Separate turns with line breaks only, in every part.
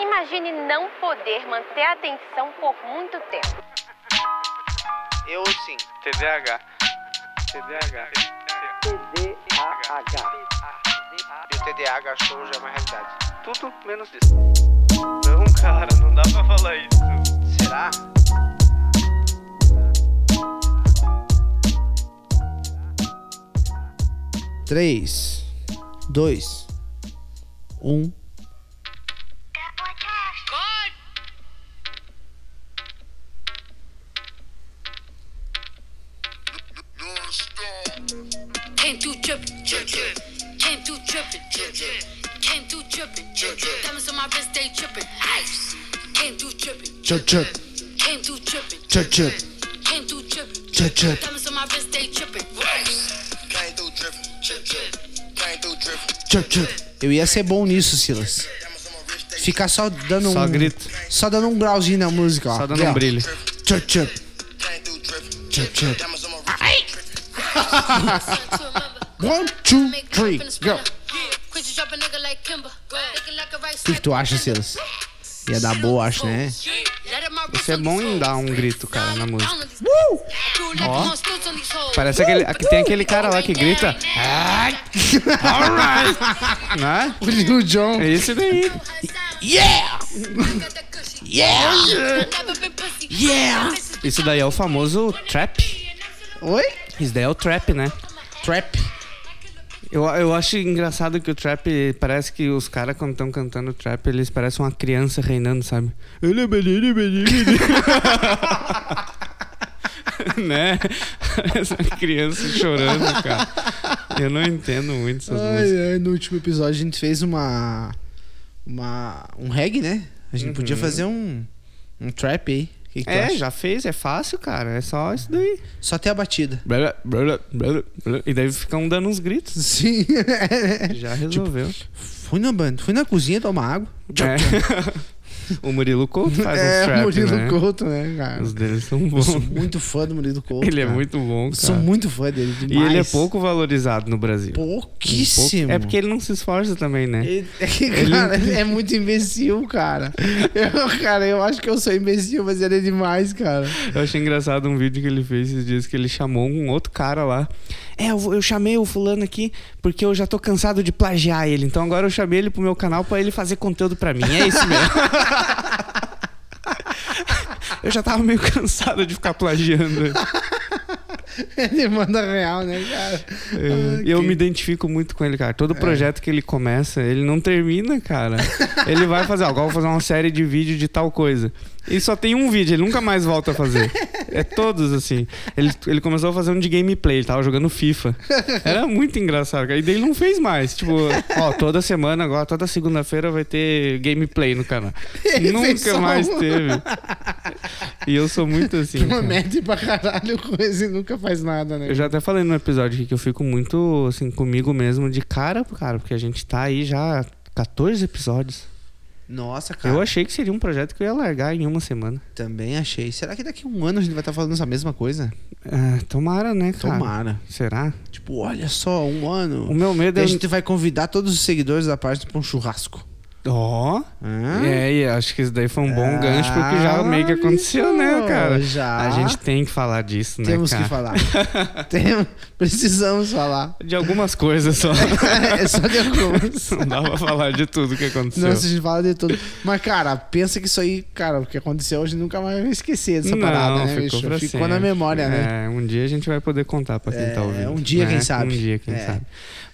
Imagine não poder manter a atenção por muito tempo.
Eu sim. TDAH. TDAH.
TDAH.
E o TDAH show já é uma realidade. Tudo menos isso. Não, cara, não dá pra falar isso. Será?
Três, dois, um.
Came through drippin', drip, drip. Came through drippin', drip, drip. Came through drippin', drip, drip. Diamonds on my wrist, they drippin'. Ice. Came through drippin',
Chut, chut,
came through drippin',
chut, chut,
came through drippin'.
chut, chut,
Diamonds on my wrist, they drippin'. Ice.
Came through drippin', drip drip. Came through drippin',
chut, chut. Eu ia ser bom nisso, Silas.
diamonds on my wrist, they
Ficar só dando
Só
um.
grito.
Só dando um grauzinho na música, ó.
Só dando
Aqui,
um
ó.
brilho.
Chut, chut.
came through drippin',
Chut, chut.
diamonds on my wrist.
One, two, three, go.
Quit you drop a nigga like Kimber. Looking like a rice.
O que, que tu acha, Silas? Ia dar boa, acho, né?
Você é bom em dar um grito, cara, na música.
Ó.
Parece aquele. aqui- Tem aquele cara lá que grita. Alright! Né?
O Lil John.
É isso daí.
Yeah! Yeah! Yeah!
Isso daí é o famoso trap.
Oi?
Isso daí é o trap, né?
Trap.
Eu, eu acho engraçado que o trap, parece que os caras quando estão cantando trap, eles parecem uma criança reinando, sabe? é né? Essa criança chorando, cara. Eu não entendo muito essas músicas.
Ai, ai, no último episódio a gente fez uma. uma um reggae, né? A gente podia fazer um. um trap aí. O que, que tu
Uhum. É,
acha?
já fez, é fácil, cara. É só isso daí.
Só ter a batida.
E daí ficam dando uns gritos.
Sim.
Já
Tipo,
resolveu.
fui na banda, fui na cozinha tomar água.
É. o Murilo Couto faz uns trap,
É, Murilo
né?
Couto, né, cara?
Os deles são
Eu sou
bons.
muito fã do Murilo Couto.
Ele é
cara.
muito bom, cara.
Sou muito fã dele.
E
Demais.
ele é pouco valorizado no Brasil.
Pouquíssimo.
Pouco. É porque ele não se esforça também, né?
Ele- é que, cara, ele... é muito imbecil, cara. Eu, cara, eu acho que eu sou imbecil, mas ele é demais, cara.
Eu achei engraçado um vídeo que ele fez esses dias que ele chamou um outro cara lá. É, eu, vou- eu chamei o fulano aqui porque eu já tô cansado de plagiar ele. Então agora eu chamei ele pro meu canal pra ele fazer conteúdo pra mim. É isso mesmo. eu já tava meio cansado de ficar plagiando.
Ele manda real, né, cara? Ah,
É, E eu me identifico muito com ele, cara.
É.
Todo projeto que ele começa, ele não termina, cara. ele vai fazer, ó, agora eu vou fazer uma série de vídeo de tal coisa. E só tem um vídeo, ele nunca mais volta a fazer. É todos assim. Ele, ele começou a fazer um de gameplay, ele tava jogando FIFA. Era muito engraçado, cara. E daí ele não fez mais. Tipo, ó, toda semana agora, toda segunda-feira vai ter gameplay no canal.
Ele fez
nunca
só
mais
um.
teve. E eu sou muito assim. cara.
Promete pra caralho coisa e nunca faz nada, né?
Eu já até falei no episódio aqui que eu fico muito, assim, comigo mesmo de cara, cara, porque a gente tá aí já 14 episódios.
Nossa, cara.
Eu achei que seria um projeto que eu ia largar em uma semana.
Também achei. Será que daqui a um ano a gente vai estar falando essa mesma coisa?
Ah, tomara, né, cara?
Tomara.
Será?
Tipo, olha só, um ano.
O meu medo
E
é.
a gente vai convidar todos os seguidores da página pra um churrasco.
Ó. É, e acho que isso daí foi um bom
Ah,
gancho porque já meio que aconteceu, né,
isso,
cara?
já.
A gente tem que falar disso, né,
Temos
cara?
que falar. Tem- Precisamos falar.
De algumas coisas só.
É só de algumas.
Não dá pra falar de tudo que aconteceu.
Nossa, a gente fala de tudo. Mas, cara, pensa que isso aí, cara, o que aconteceu hoje nunca mais vai esquecer dessa
Não,
parada, né,
ficou
bicho?
pra
Ficou
sempre.
na memória, né?
É, um dia a gente vai poder contar pra quem
É,
tá ouvindo.
um dia,
né?
quem sabe.
Um dia, quem
É.
sabe.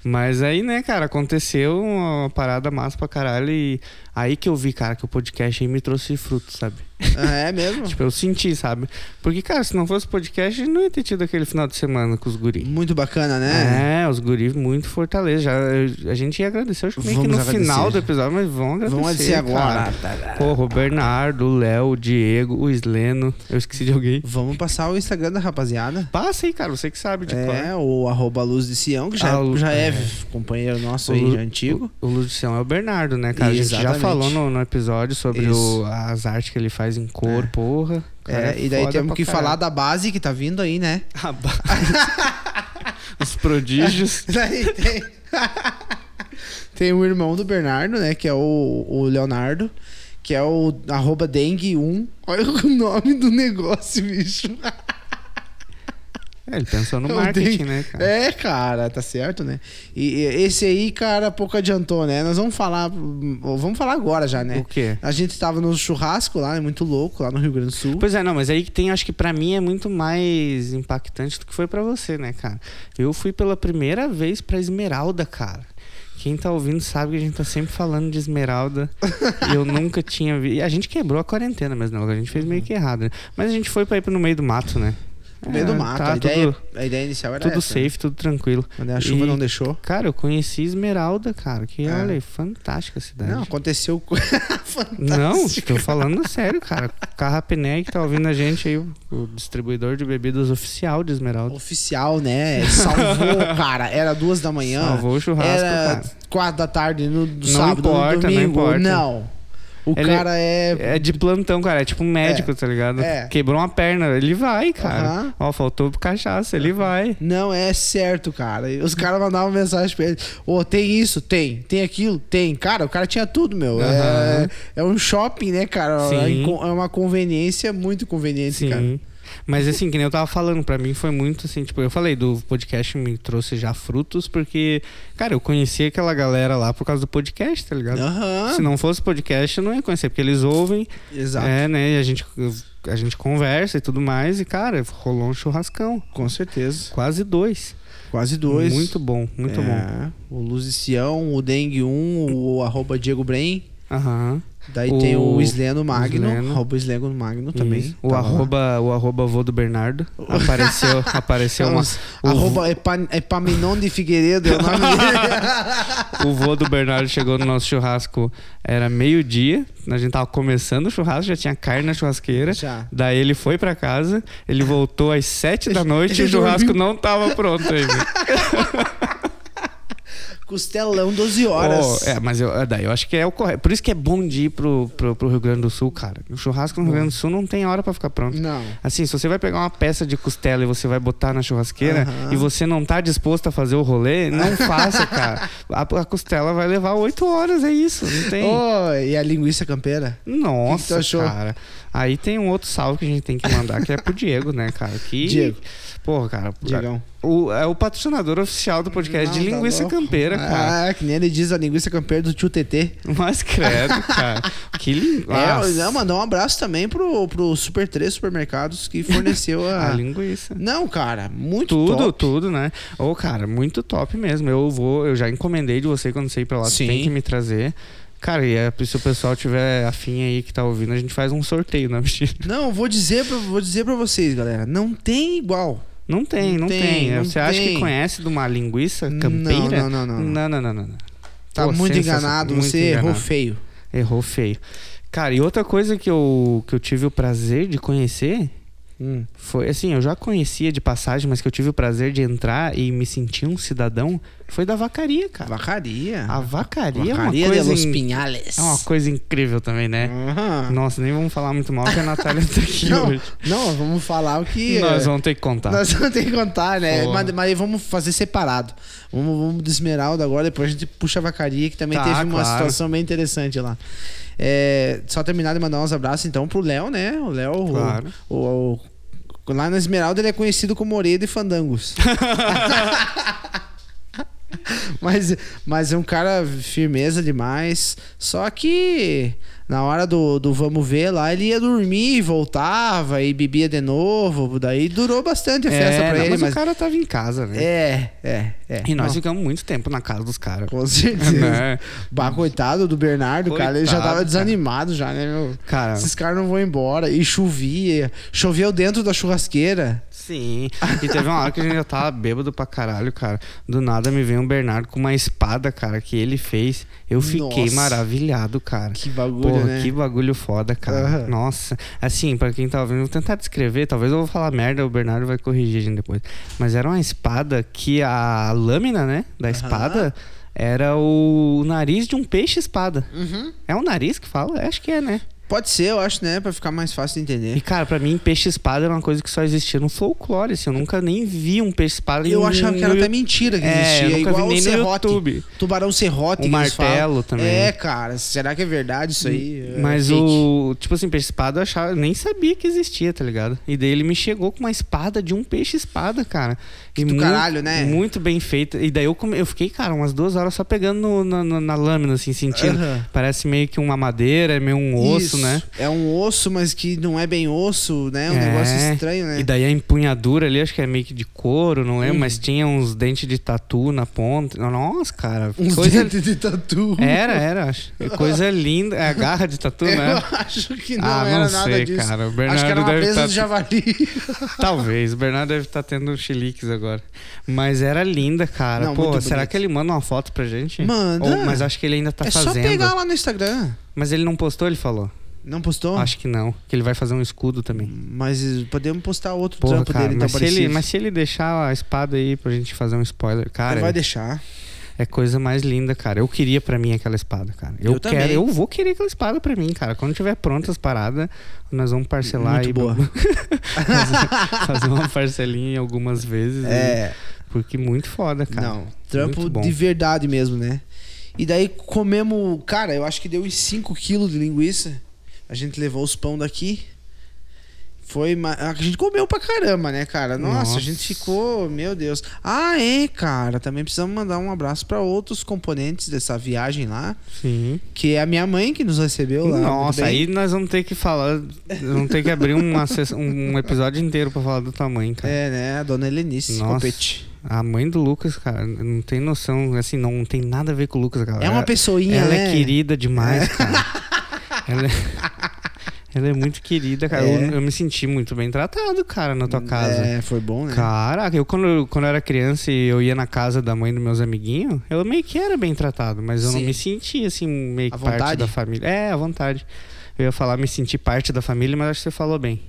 Mas aí, né, cara, aconteceu uma parada massa pra caralho e aí que eu vi, cara, que o podcast aí me trouxe frutos, sabe?
Ah, É mesmo?
Tipo, eu senti, sabe? Porque, cara, se não fosse podcast, a gente não ia ter tido aquele final de semana com os guris.
Muito bacana, né?
É, os guris muito fortaleza. Já, eu- a gente ia agradecer, acho que meio que
Vamos
no
agradecer.
final do episódio, mas vão agradecer.
Vamos agradecer agora.
cara. Porra, o Bernardo, o Léo, o Diego, o Isleno. Eu esqueci de alguém.
Vamos passar o Instagram da rapaziada.
Passa aí, cara, você que sabe de qual.
É, o arroba Luz de Sião, que já,
Ah, o-
já é,
é.
companheiro nosso
O
aí,
Lu-
já antigo.
O Lucião é o Bernardo, né, cara? A gente já
Exatamente.
falou no, no episódio sobre
Isso.
o- as artes que ele faz em cor, porra. O cara
É, e daí
foda
temos
pra
que falar
caralho.
da base que tá vindo aí, né?
A base. Os prodígios.
Daí tem... um tem o irmão do Bernardo, né? Que é o, o Leonardo. que é o arroba dengue1. Olha o nome do negócio, bicho.
É, ele pensou no
É o
marketing,
dengue.
né, cara?
É, cara, tá certo, né? E e esse aí, cara, pouco adiantou, né? Nós vamos falar. Vamos falar agora já, né?
O quê?
A gente tava no churrasco lá, né? Muito louco, lá no Rio Grande do Sul.
Pois é, não, mas aí que tem, acho que pra mim é muito mais impactante do que foi pra você, né, cara? Eu fui pela primeira vez pra Esmeralda, cara. Quem tá ouvindo sabe que a gente tá sempre falando de Esmeralda. e eu nunca tinha vi. e A gente quebrou a quarentena mesmo, né? Logo, A gente fez meio que errado, né? Mas a gente foi pra ir pro- no meio do mato, né?
Uhum. No meio
É,
do mato.
tá
a, ideia,
tudo,
a ideia inicial era
tudo
essa, né?
safe, tudo tranquilo.
Mas a chuva
E,
não deixou.
Cara, eu conheci Esmeralda, cara. Que,
É.
olha, fantástica a cidade.
Não, aconteceu coisa fantástica.
Não, tipo- tô falando sério, cara. Carrapiné que tá ouvindo a gente aí, o distribuidor de bebidas oficial de Esmeralda.
Oficial, né? Salvou, cara. Era duas da manhã.
Salvou o Ah, churrasco,
Era
cara.
quatro da tarde no do sábado, no
importa, não
domingo.
importa.
Não. O
Ele-
cara é...
É de plantão, cara. É tipo um médico,
É.
tá ligado?
É.
Quebrou uma perna, ele vai, cara.
Aham.
Ó, faltou cachaça, ele vai.
Não é certo, cara. E Os caras mandavam mensagem pra ele. Ô, tem isso? Tem. Tem aquilo? Tem. Cara, o cara tinha tudo, meu. É,
Aham.
é um shopping, né, cara?
Sim.
É uma conveniência muito conveniente,
Sim.
cara.
Mas assim, que nem eu tava falando, pra mim foi muito assim, tipo, eu falei do podcast me trouxe já frutos, porque, cara, eu conheci aquela galera lá por causa do podcast, tá ligado?
Aham.
Se não fosse podcast, eu não ia conhecer, porque eles ouvem,
Exato.
É, né? E a gente, a gente conversa e tudo mais. E, cara, rolou um churrascão.
Com certeza.
Quase dois.
Quase dois.
Muito bom, muito bom.
É, O Luzicião, o Dengue 1, o arroba Diego Bren.
Aham.
Daí
O-
tem o Isleno Magno.
Isleno.
Arroba Isleno Magno
Isso.
também. tá
O
Tava lá.
arroba, o arroba vô do Bernardo. Apareceu, apareceu uma,
Vamos,
o,
Arroba Epa- Epaminon de Figueiredo é o nome dele.
o vô do Bernardo chegou no nosso churrasco, era meio-dia. A gente tava começando o churrasco, já tinha carne na churrasqueira.
Já.
Daí ele foi pra casa, ele voltou às sete da noite e o
Ele
churrasco não tava pronto ainda.
Costelão, 12 horas.
Oh, é, mas eu, é, daí eu acho que é o correto. Por isso que é bom de ir pro, pro, pro Rio Grande do Sul, cara. O churrasco no Rio Grande do Sul não tem hora pra ficar pronto.
Não.
Assim, se você vai pegar uma peça de costela e você vai botar na churrasqueira
Aham.
e você não tá disposto a fazer o rolê, não faça, cara. A, a costela vai levar oito horas, é isso. Não tem.
Oh, e a linguiça campeira? que tu
Nossa,
achou?
cara. Aí tem um outro salve que a gente tem que mandar, que é pro Diego, né, cara? Que...
Diego.
Porra, cara.
Diegão.
O, é o patrocinador oficial do podcast
Não,
de
tá
Linguiça
louco.
Campeira, cara.
Ah, que nem ele diz a linguiça campeira É do tio TT.
Mas credo, cara. Que linguiça.
É, não, mandar um abraço também pro, pro Super 3 Supermercados que forneceu
A
a.
linguiça.
Não, cara, muito
Tudo,
top.
tudo, né? Ô, cara, muito top mesmo. Eu vou, eu já encomendei de você quando você ir pra lá, você
Sim.
tem que me trazer. Cara, e é, se o pessoal tiver afim aí que tá ouvindo, a gente faz um sorteio, né, mentira?
Não, eu vou dizer, pra, vou dizer pra vocês, galera. Não tem igual.
Não tem,
Não
não, tem.
tem, não
você acha
tem.
que conhece de uma linguiça campeira?
Não, não, não, não.
Não, não, não, não, não.
Tá
Pô,
muito
sensacional,
enganado,
muito
você errou
enganado.
feio.
Errou feio. Cara, e outra coisa que eu, que eu tive o prazer de conhecer
Hum.
Foi assim, eu já conhecia de passagem, mas que eu tive o prazer de entrar e me sentir um cidadão, foi da vacaria, cara.
Vacaria.
A vacaria,
Vacaria
Ah, é uma
de
coisa
Los
in-
Pinhales.
é uma coisa incrível também, né?
Aham.
Nossa, nem vamos falar muito mal que a Natália tá aqui
Não,
hoje.
não, vamos falar o que.
Nós
eh,
vamos ter que contar.
Nós vamos ter que contar, né?
Porra.
Mas, mas vamos fazer separado. Vamos, vamos do Esmeralda agora, depois a gente puxa a vacaria, que também
Tá,
teve uma
claro.
situação bem interessante lá. É, só terminar de mandar uns abraços então pro Léo, né? O Léo. o-
Claro.
O, o- lá na Esmeralda ele é conhecido como Orelha e Fandangos. Mas, mas é um cara firmeza demais. Só que na hora do, do vamos ver lá, ele ia dormir, voltava e bebia de novo. Daí durou bastante a festa
É,
pra
não,
ele.
mas,
Mas
o cara tava em casa, né?
É, é, é.
E nós
Não,
ficamos muito tempo na casa dos caras.
com certeza.
Né?
Bah, coitado do Bernardo, cara. Ele já
Coitado,
tava
cara. É.
desanimado já, né, meu?
Cara,
Esses caras não vão embora. E chovia. Choveu dentro da churrasqueira.
Sim. E teve uma hora que a gente já tava bêbado pra caralho, cara. Do nada me veio um Bernardo com uma espada, cara, que ele fez. Eu fiquei
Nossa.
maravilhado, cara.
Que bagulho,
Porra,
né?
que bagulho foda, cara.
Aham.
Nossa. Assim, pra quem tá ouvindo, vou tentar descrever. Talvez eu vou falar merda, o Bernardo vai corrigir a gente depois. Mas era uma espada que a lâmina, né? Da espada.
Uhum.
Era o nariz de um peixe-espada. É o nariz que um fala? Acho que é, né?
Pode ser, eu acho, né? Pra ficar mais fácil de
E,
entender.
cara, pra mim, peixe-espada era uma coisa que só existia no folclore, assim. Eu nunca nem vi um peixe-espada.
Eu
no-
achava que era
no
até mentira que
É,
existia.
eu nunca vi
igual
nem
o
no
serrote.
YouTube.
Tubarão serrote. que
O
eles
Um martelo
falam.
também. Hum,
É, cara. Será que é verdade isso aí? É
Mas
fake.
o. Tipo assim, peixe-espada eu achava, nem sabia que existia, tá ligado? E daí ele me chegou com uma espada de um peixe-espada, cara. E
do
muito,
caralho, né?
Muito bem feita. E daí eu, come- eu fiquei, cara, umas duas horas só pegando no- na, na- na lâmina, assim, sentindo.
Aham.
Parece meio que uma madeira, é meio um osso,
Isso.
né?
É um osso, mas que não é bem osso, né? Um negócio
É.
estranho, né?
E daí a empunhadura ali, acho que é meio que de couro, não lembro,
Hum.
mas tinha uns dentes de tatu na ponta. Nossa, cara.
Uns
coisa...
dentes de tatu.
Era, era, acho. Coisa linda. É a garra de tatu,
Eu
né?
acho que não
Ah, não
era nada
sei,
disso.
cara. O
acho que era
Bernardo
uma
deve
presa
tá-
de javali.
Talvez. O Bernardo deve estar tendo chiliques agora. Mas era linda, cara.
Não,
Pô,
muito
será
bonito.
que ele manda uma foto pra gente?
Manda.
Ou- mas acho que ele ainda tá
é
fazendo.
só pegar lá no Instagram.
Mas ele não postou, ele falou.
Não postou?
Acho que não. Que ele vai fazer um escudo também.
Mas eh, podemos postar outro
Porra,
trampo
cara,
dele,
mas,
tá
se ele,
parecido.
mas se ele deixar a espada aí pra gente fazer um spoiler, cara,
Ele vai deixar.
é coisa mais linda, cara. Eu queria pra mim aquela espada, cara. Eu,
Eu
quero,
também.
eu vou querer aquela espada pra mim, cara. Quando tiver prontas as paradas, nós vamos parcelar
Muito
aí.
boa.
fazer, fazer uma parcelinha algumas vezes. aí,
É,
porque muito foda, cara.
não. Trampo
muito bom.
de verdade mesmo, né? E daí comemos... Cara, eu acho que deu uns 5 quilos de linguiça. A gente levou os pão daqui. Foi... ma- A gente comeu pra caramba, né, cara? Nossa,
Nossa.
a gente ficou... Meu Deus. Ah, é, cara. Também precisamos mandar um abraço pra outros componentes dessa viagem lá.
Sim.
Que é a minha mãe que nos recebeu lá.
Nossa,
muito bem.
aí nós vamos ter que falar. Vamos ter que abrir uma sess- um episódio inteiro pra falar do tamanho, cara.
É, né? A dona Helenice
Nossa.
Copete.
A mãe do Lucas, cara, não tem noção, assim, não tem nada a ver com o Lucas, cara.
É uma pessoinha,
Ela
né?
é querida demais, cara. ela, é, ela é muito querida, cara.
É.
Eu, eu me senti muito bem tratado, cara, na tua casa.
É, foi bom, né?
Caraca, eu quando, quando eu era criança e eu ia na casa da mãe dos meus amiguinhos, eu meio que era bem tratado, mas eu não
Sim.
me sentia assim, meio
À
que parte
vontade?
da família. É, à vontade. Eu ia falar me sentir parte da família, mas acho que você falou bem.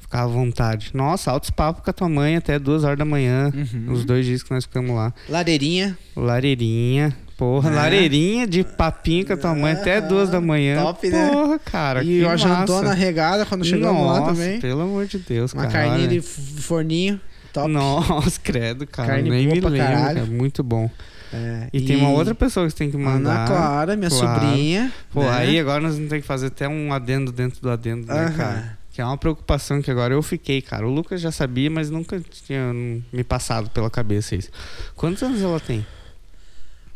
Ficar à vontade. Nossa, altos papos com a tua mãe até duas horas da manhã,
Uhum.
os dois dias que nós ficamos lá.
Lareirinha.
Lareirinha.
É.
Porra, lareirinha de papinho com a tua mãe até duas da manhã.
Top, né?
Porra, cara.
e
que
a jantona
massa.
regada quando chegamos lá
Nossa,
também.
Pelo amor de Deus,
Uma
cara.
carninha
olha.
de f- forninho. Top.
Nossa, credo, cara.
Carne
Nem
boa
me
pra
lembro,
caralho.
cara. Muito bom.
É,
E, tem uma outra pessoa que você tem que mandar.
Ana Clara, minha
Claro.
sobrinha.
Pô,
né?
aí agora nós vamos ter que fazer até um adendo dentro do adendo, né,
Aham.
cara? Que é uma preocupação que agora eu fiquei, cara. O Lucas já sabia, mas nunca tinha hum, me passado pela cabeça isso. Quantos anos ela tem?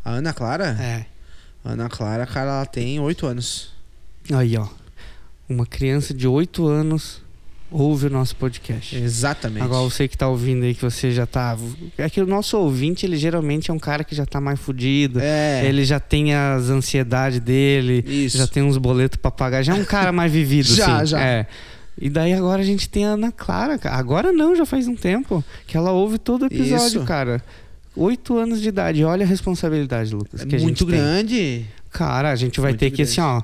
A Ana Clara?
É.
Ana Clara, cara, ela tem oito anos.
Aí, ó. Uma criança de 8 anos ouve o nosso podcast.
Exatamente.
Agora você que tá ouvindo aí, que você já tá. É que o nosso ouvinte, ele geralmente é um cara que já tá mais fudido.
É.
Ele já tem as ansiedades dele,
Isso.
já tem uns boletos pra pagar, já é um cara mais vivido,
Já,
assim.
já.
É. E daí agora a gente tem a Ana Clara, cara. Agora não, já faz um tempo que ela ouve todo episódio,
Isso.
cara. Oito anos de idade, olha a responsabilidade, Lucas.
É
que a gente
muito
tem.
grande.
Cara, a gente vai
Muito
ter que,
grande.
assim, ó.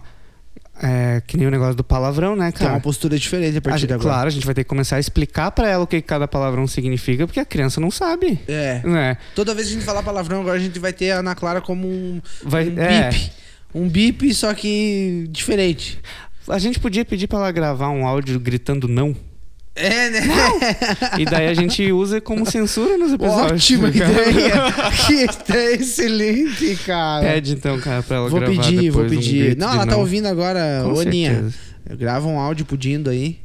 é, que nem o negócio do palavrão, né,
Tem
cara?
uma postura diferente a
A
partir
gente-
de agora.
Ah, Claro, a gente vai ter que começar a explicar pra ela o que cada palavrão significa, porque a criança não sabe.
É.
Né?
Toda vez que a gente falar palavrão, agora a gente vai ter a Ana Clara como um,
Vai-
um
é.
bip. Um bip, só que diferente.
A gente podia pedir pra ela gravar um áudio gritando não.
É, né?
E daí a gente usa como censura nos episódios. Tá
Ótima
cara.
ideia! que ideia excelente, cara!
Pede então, cara, pra ela
vou
gravar
pedir, vou
depois um
pedir.
grito
não,
de
ela tá ouvindo agora,
Com
ô Aninha.
certeza.
Grava um áudio pedindo aí,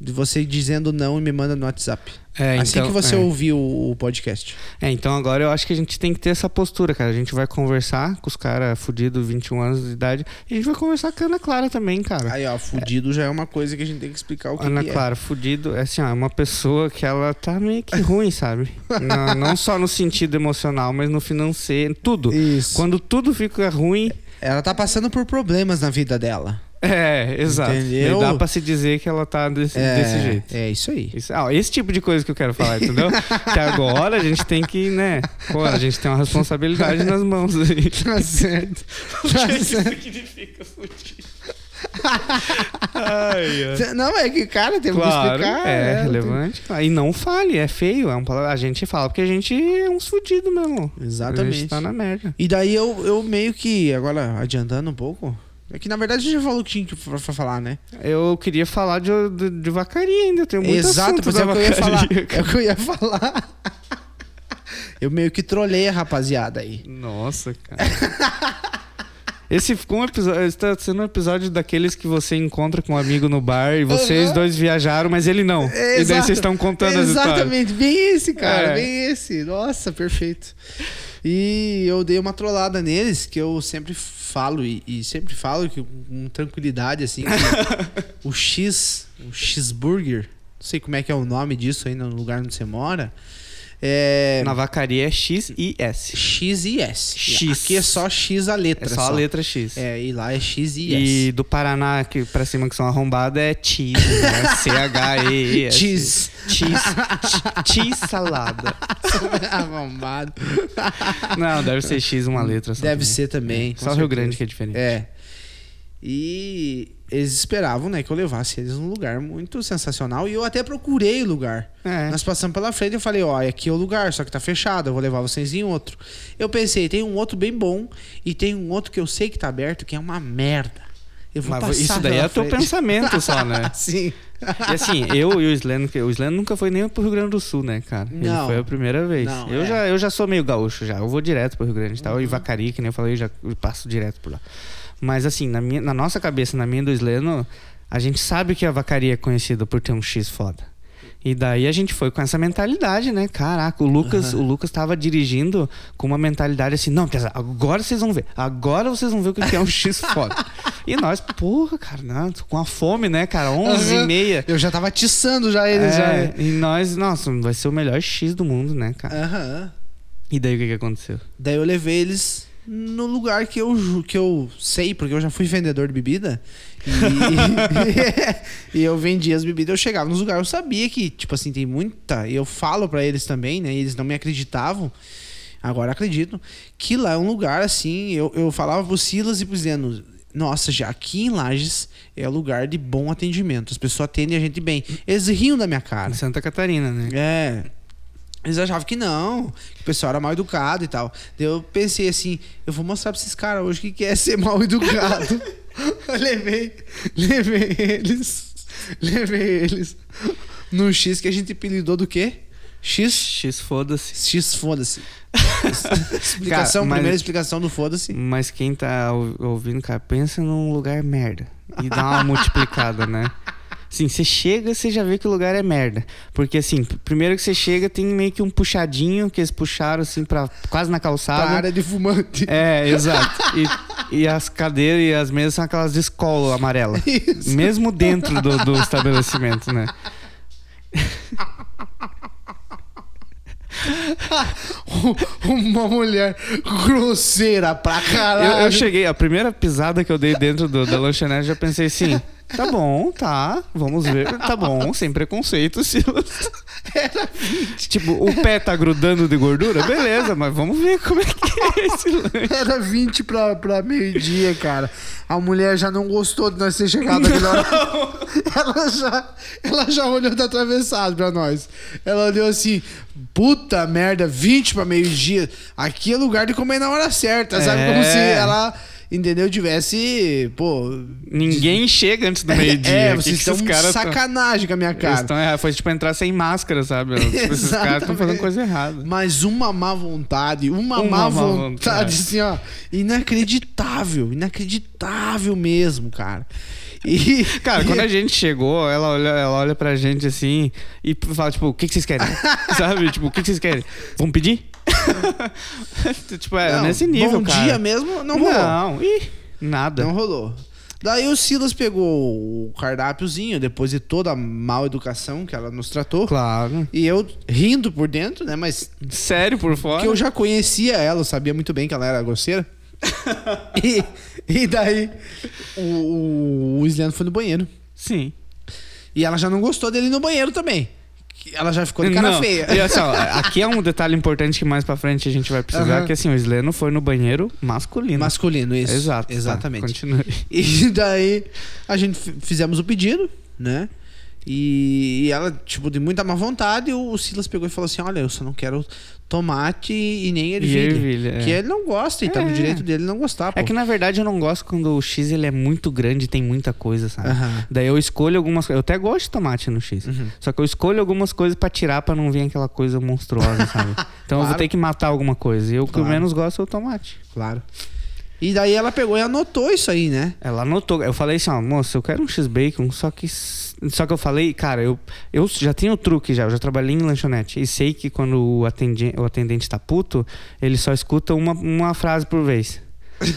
de você dizendo não e me manda no WhatsApp.
É,
assim
então-
que você
é.
ouvir o, o podcast.
É, então agora eu acho que a gente tem que ter essa postura, cara. A gente vai conversar com os caras fudidos, 21 anos de idade. E a gente vai conversar com a Ana Clara também, cara.
Aí, ó, fudido já é uma coisa que a gente tem que explicar o que,
Ana
que é.
Clara, fudido, é assim, ó, é uma pessoa que ela tá meio que ruim, sabe? não, não só no sentido emocional, mas no financeiro, tudo.
Isso.
Quando tudo fica ruim,
Ela tá passando por problemas na vida dela.
é, exato.
Entendeu?
E dá pra se dizer que ela tá desse,
É,
desse jeito.
É isso aí.
Isso- ah, esse tipo de coisa que eu quero falar, entendeu? que agora a gente tem que, né? Pô, a gente tem uma responsabilidade nas mãos aí.
Tá certo. Tá certo.
significa fudido? Ai, ai.
Não, é que, cara, temos
Claro,
que explicar.
é,
né?
relevante. E não fale, é feio. É um, pala- a gente fala porque a gente é uns fudidos mesmo. A
Exatamente.
gente tá na merda.
E daí eu, eu meio que, agora adiantando um pouco, É que na verdade já falou que tinha que pra, pra falar, né?
Eu queria falar de, de, de vacaria ainda. Tem muito
Exato,
assunto
pois
da
é o que eu ia falar.
vacaria,
É
cara.
o que eu ia falar. Eu meio que trolei a rapaziada aí.
Nossa, cara. Esse ficou um episódio. Está sendo um episódio daqueles que você encontra com um amigo no bar e vocês
Aham.
dois viajaram, mas ele não. E daí
Exato.
vocês estão contando as histórias.
Exatamente, bem esse, cara,
É.
bem esse. Nossa, perfeito. E eu dei uma trollada neles, que eu sempre falo, e, e sempre falo que, com tranquilidade, assim, que o X, o X-Burger, não sei como é que é o nome disso aí no lugar onde você mora, é
Na vacaria é X e S.
X e S.
X.
Aqui é só X a letra.
É só a letra X.
É, e lá é X e
E
S.
do Paraná, que pra cima que são arrombadas, é cheese, né? C-H-E-E-S.
Cheese.
Cheese. Cheese salada.
Arrombado.
Não, deve ser X uma letra só.
Deve
também.
ser também.
Uhum. Só
com
Rio
certeza.
Grande que é diferente.
É. E eles esperavam, né, que eu levasse eles num lugar muito sensacional. E eu até procurei lugar.
É.
Nós passamos pela frente e eu falei, ó, aqui é o lugar, só que tá fechado, eu vou levar vocês em outro. Eu pensei, tem um outro bem bom e tem um outro que eu sei que tá aberto, que é uma merda. Eu vou
Mas
passar
isso daí
pela
é teu
frente.
pensamento só, né?
Sim.
E assim, eu e o Slen, que o Slen nunca foi nem pro Rio Grande do Sul, né, cara?
Não.
Ele foi a primeira vez.
Não,
eu,
é. Uhum.
já, eu já sou meio gaúcho já. Eu vou direto pro Rio Grande e tal. E Vacaria, que nem eu falei, eu já eu passo direto por lá. Mas assim, na, minha, na nossa cabeça, na minha e do Slen, a gente sabe que a Vacaria é conhecida por ter um X foda. E daí a gente foi com essa mentalidade, né? Caraca, o Lucas, o Lucas tava dirigindo com uma mentalidade assim, não, pessoal, agora vocês vão ver. Agora vocês vão ver o que que é um X foda. e nós, porra, cara, não, tô com a fome, né, cara? 11 e meia.
Eu já tava atiçando já eles. já,
É,
né?
e nós, nossa, vai ser o melhor X do mundo, né, cara?
Aham.
E daí o que, que aconteceu?
Daí eu levei eles no lugar que eu, ju- que eu sei, porque eu já fui vendedor de bebida. E, e eu vendia as bebidas. Eu chegava nos lugares, eu sabia que, tipo assim, tem muita. E eu falo pra eles também, né? E eles não me acreditavam. Agora acredito. Que lá é um lugar assim. Eu, eu falava pro Silas e pro Zeno. Nossa, já aqui em Lages é lugar de bom atendimento. As pessoas atendem a gente bem. Eles riam da minha cara.
Em Santa Catarina, né?
É. Eles achavam que não, que o pessoal era mal educado e tal. Daí eu pensei assim, eu vou mostrar pra esses caras hoje o que que é ser mal educado. Eu levei, levei eles, levei eles no X que a gente apelidou do quê? X?
X, foda-se.
X foda-se. explicação,
Cara, mas-
primeira explicação do foda-se.
Mas quem tá ou- ouvindo, cara, pensa num lugar merda. E dá uma multiplicada, né? Assim, você chega, você já vê que o lugar é merda. Porque, assim, p- primeiro que você chega, tem meio que um puxadinho que eles puxaram, assim, pra, quase na
Pra
calçada.
área de fumante.
É, exato. E, e as cadeiras e as mesas são aquelas de escola amarela.
Isso.
Mesmo dentro do, do estabelecimento, né?
Um, Uma mulher grosseira pra
Eu,
caralho.
eu cheguei, a primeira pisada que eu dei dentro do- da lanchonete, eu já pensei assim: tá bom, tá, vamos ver, tá bom, sem preconceito, Silas. Tipo, o pé tá grudando de gordura? Beleza, mas vamos ver como é que é esse lanche.
Era 20 pra, pra meio-dia, cara. A mulher já não gostou de nós ter chegado naquela hora. Ela já, ela já olhou da atravessada pra nós. Ela olhou assim, puta merda, 20 pra meio-dia. Aqui é lugar de comer na hora certa, sabe? Como
É.
se ela, entendeu, tivesse, pô...
Ninguém chega antes do meio-dia.
É,
O que
vocês
que
estão
esses tá- caras tão-
sacanagem com a minha
Eles
cara.
tão errados. Foi tipo entrar sem máscara, sabe? Tipo, esses caras estão fazendo
Exatamente.
coisa errada.
Mas uma má vontade, uma,
Uma
má,
má
vontade,
vontade.
assim, ó. Inacreditável, inacreditável mesmo, cara. E.
Cara, quando a gente chegou, ela olha, ela olha pra gente assim e fala, tipo, o que, que vocês querem? Sabe? Tipo, o que, que vocês querem? Vamos pedir? tipo, é
Não,
nesse nível,
bom
cara.
dia mesmo, não rolou. Não,
Não, ih, nada.
rolou. Daí o Silas pegou o cardápiozinho, depois de toda a mal educação que ela nos tratou.
Claro.
E eu rindo por dentro, né? Mas
Sério, por fora?
Porque eu já conhecia ela, eu sabia muito bem que ela era grosseira. e, e daí o, o, o Isleno foi no banheiro.
Sim.
E ela já não gostou dele no banheiro também. Que Ela já ficou de cara
Não,
feia.
E olha só, aqui é um detalhe importante que mais pra frente a gente vai precisar,
Aham.
que assim, o Sleno foi no banheiro masculino.
Masculino, isso.
Exato. tá,
Exatamente.
Continue.
e daí a gente fi- fizemos o pedido, né?
E, e ela, tipo, de muita má vontade, o, o Silas pegou e falou assim: Olha, eu só não quero tomate e nem ervilha.
ervilha, é.
que ele não gosta, e tá no direito dele não gostar. Pô.
É que na verdade eu não gosto quando o X ele é muito grande e tem muita coisa, sabe?
Aham. Uhum.
Daí eu escolho algumas coisas. Eu até gosto de tomate no X. Só que eu escolho algumas coisas pra tirar pra não vir aquela coisa monstruosa, sabe? Então eu vou
Claro.
ter que matar alguma coisa. E eu que eu
Claro.
menos gosto é o tomate.
Claro. E daí ela pegou e anotou isso aí, né?
Ela anotou. Eu falei assim, ó, moça, eu quero um X-Bacon, só que. Só que eu falei, cara, eu, eu já tenho o truque já, eu já trabalhei em lanchonete. E sei que quando o atendente, o atendente tá puto, ele só escuta uma, uma frase por vez.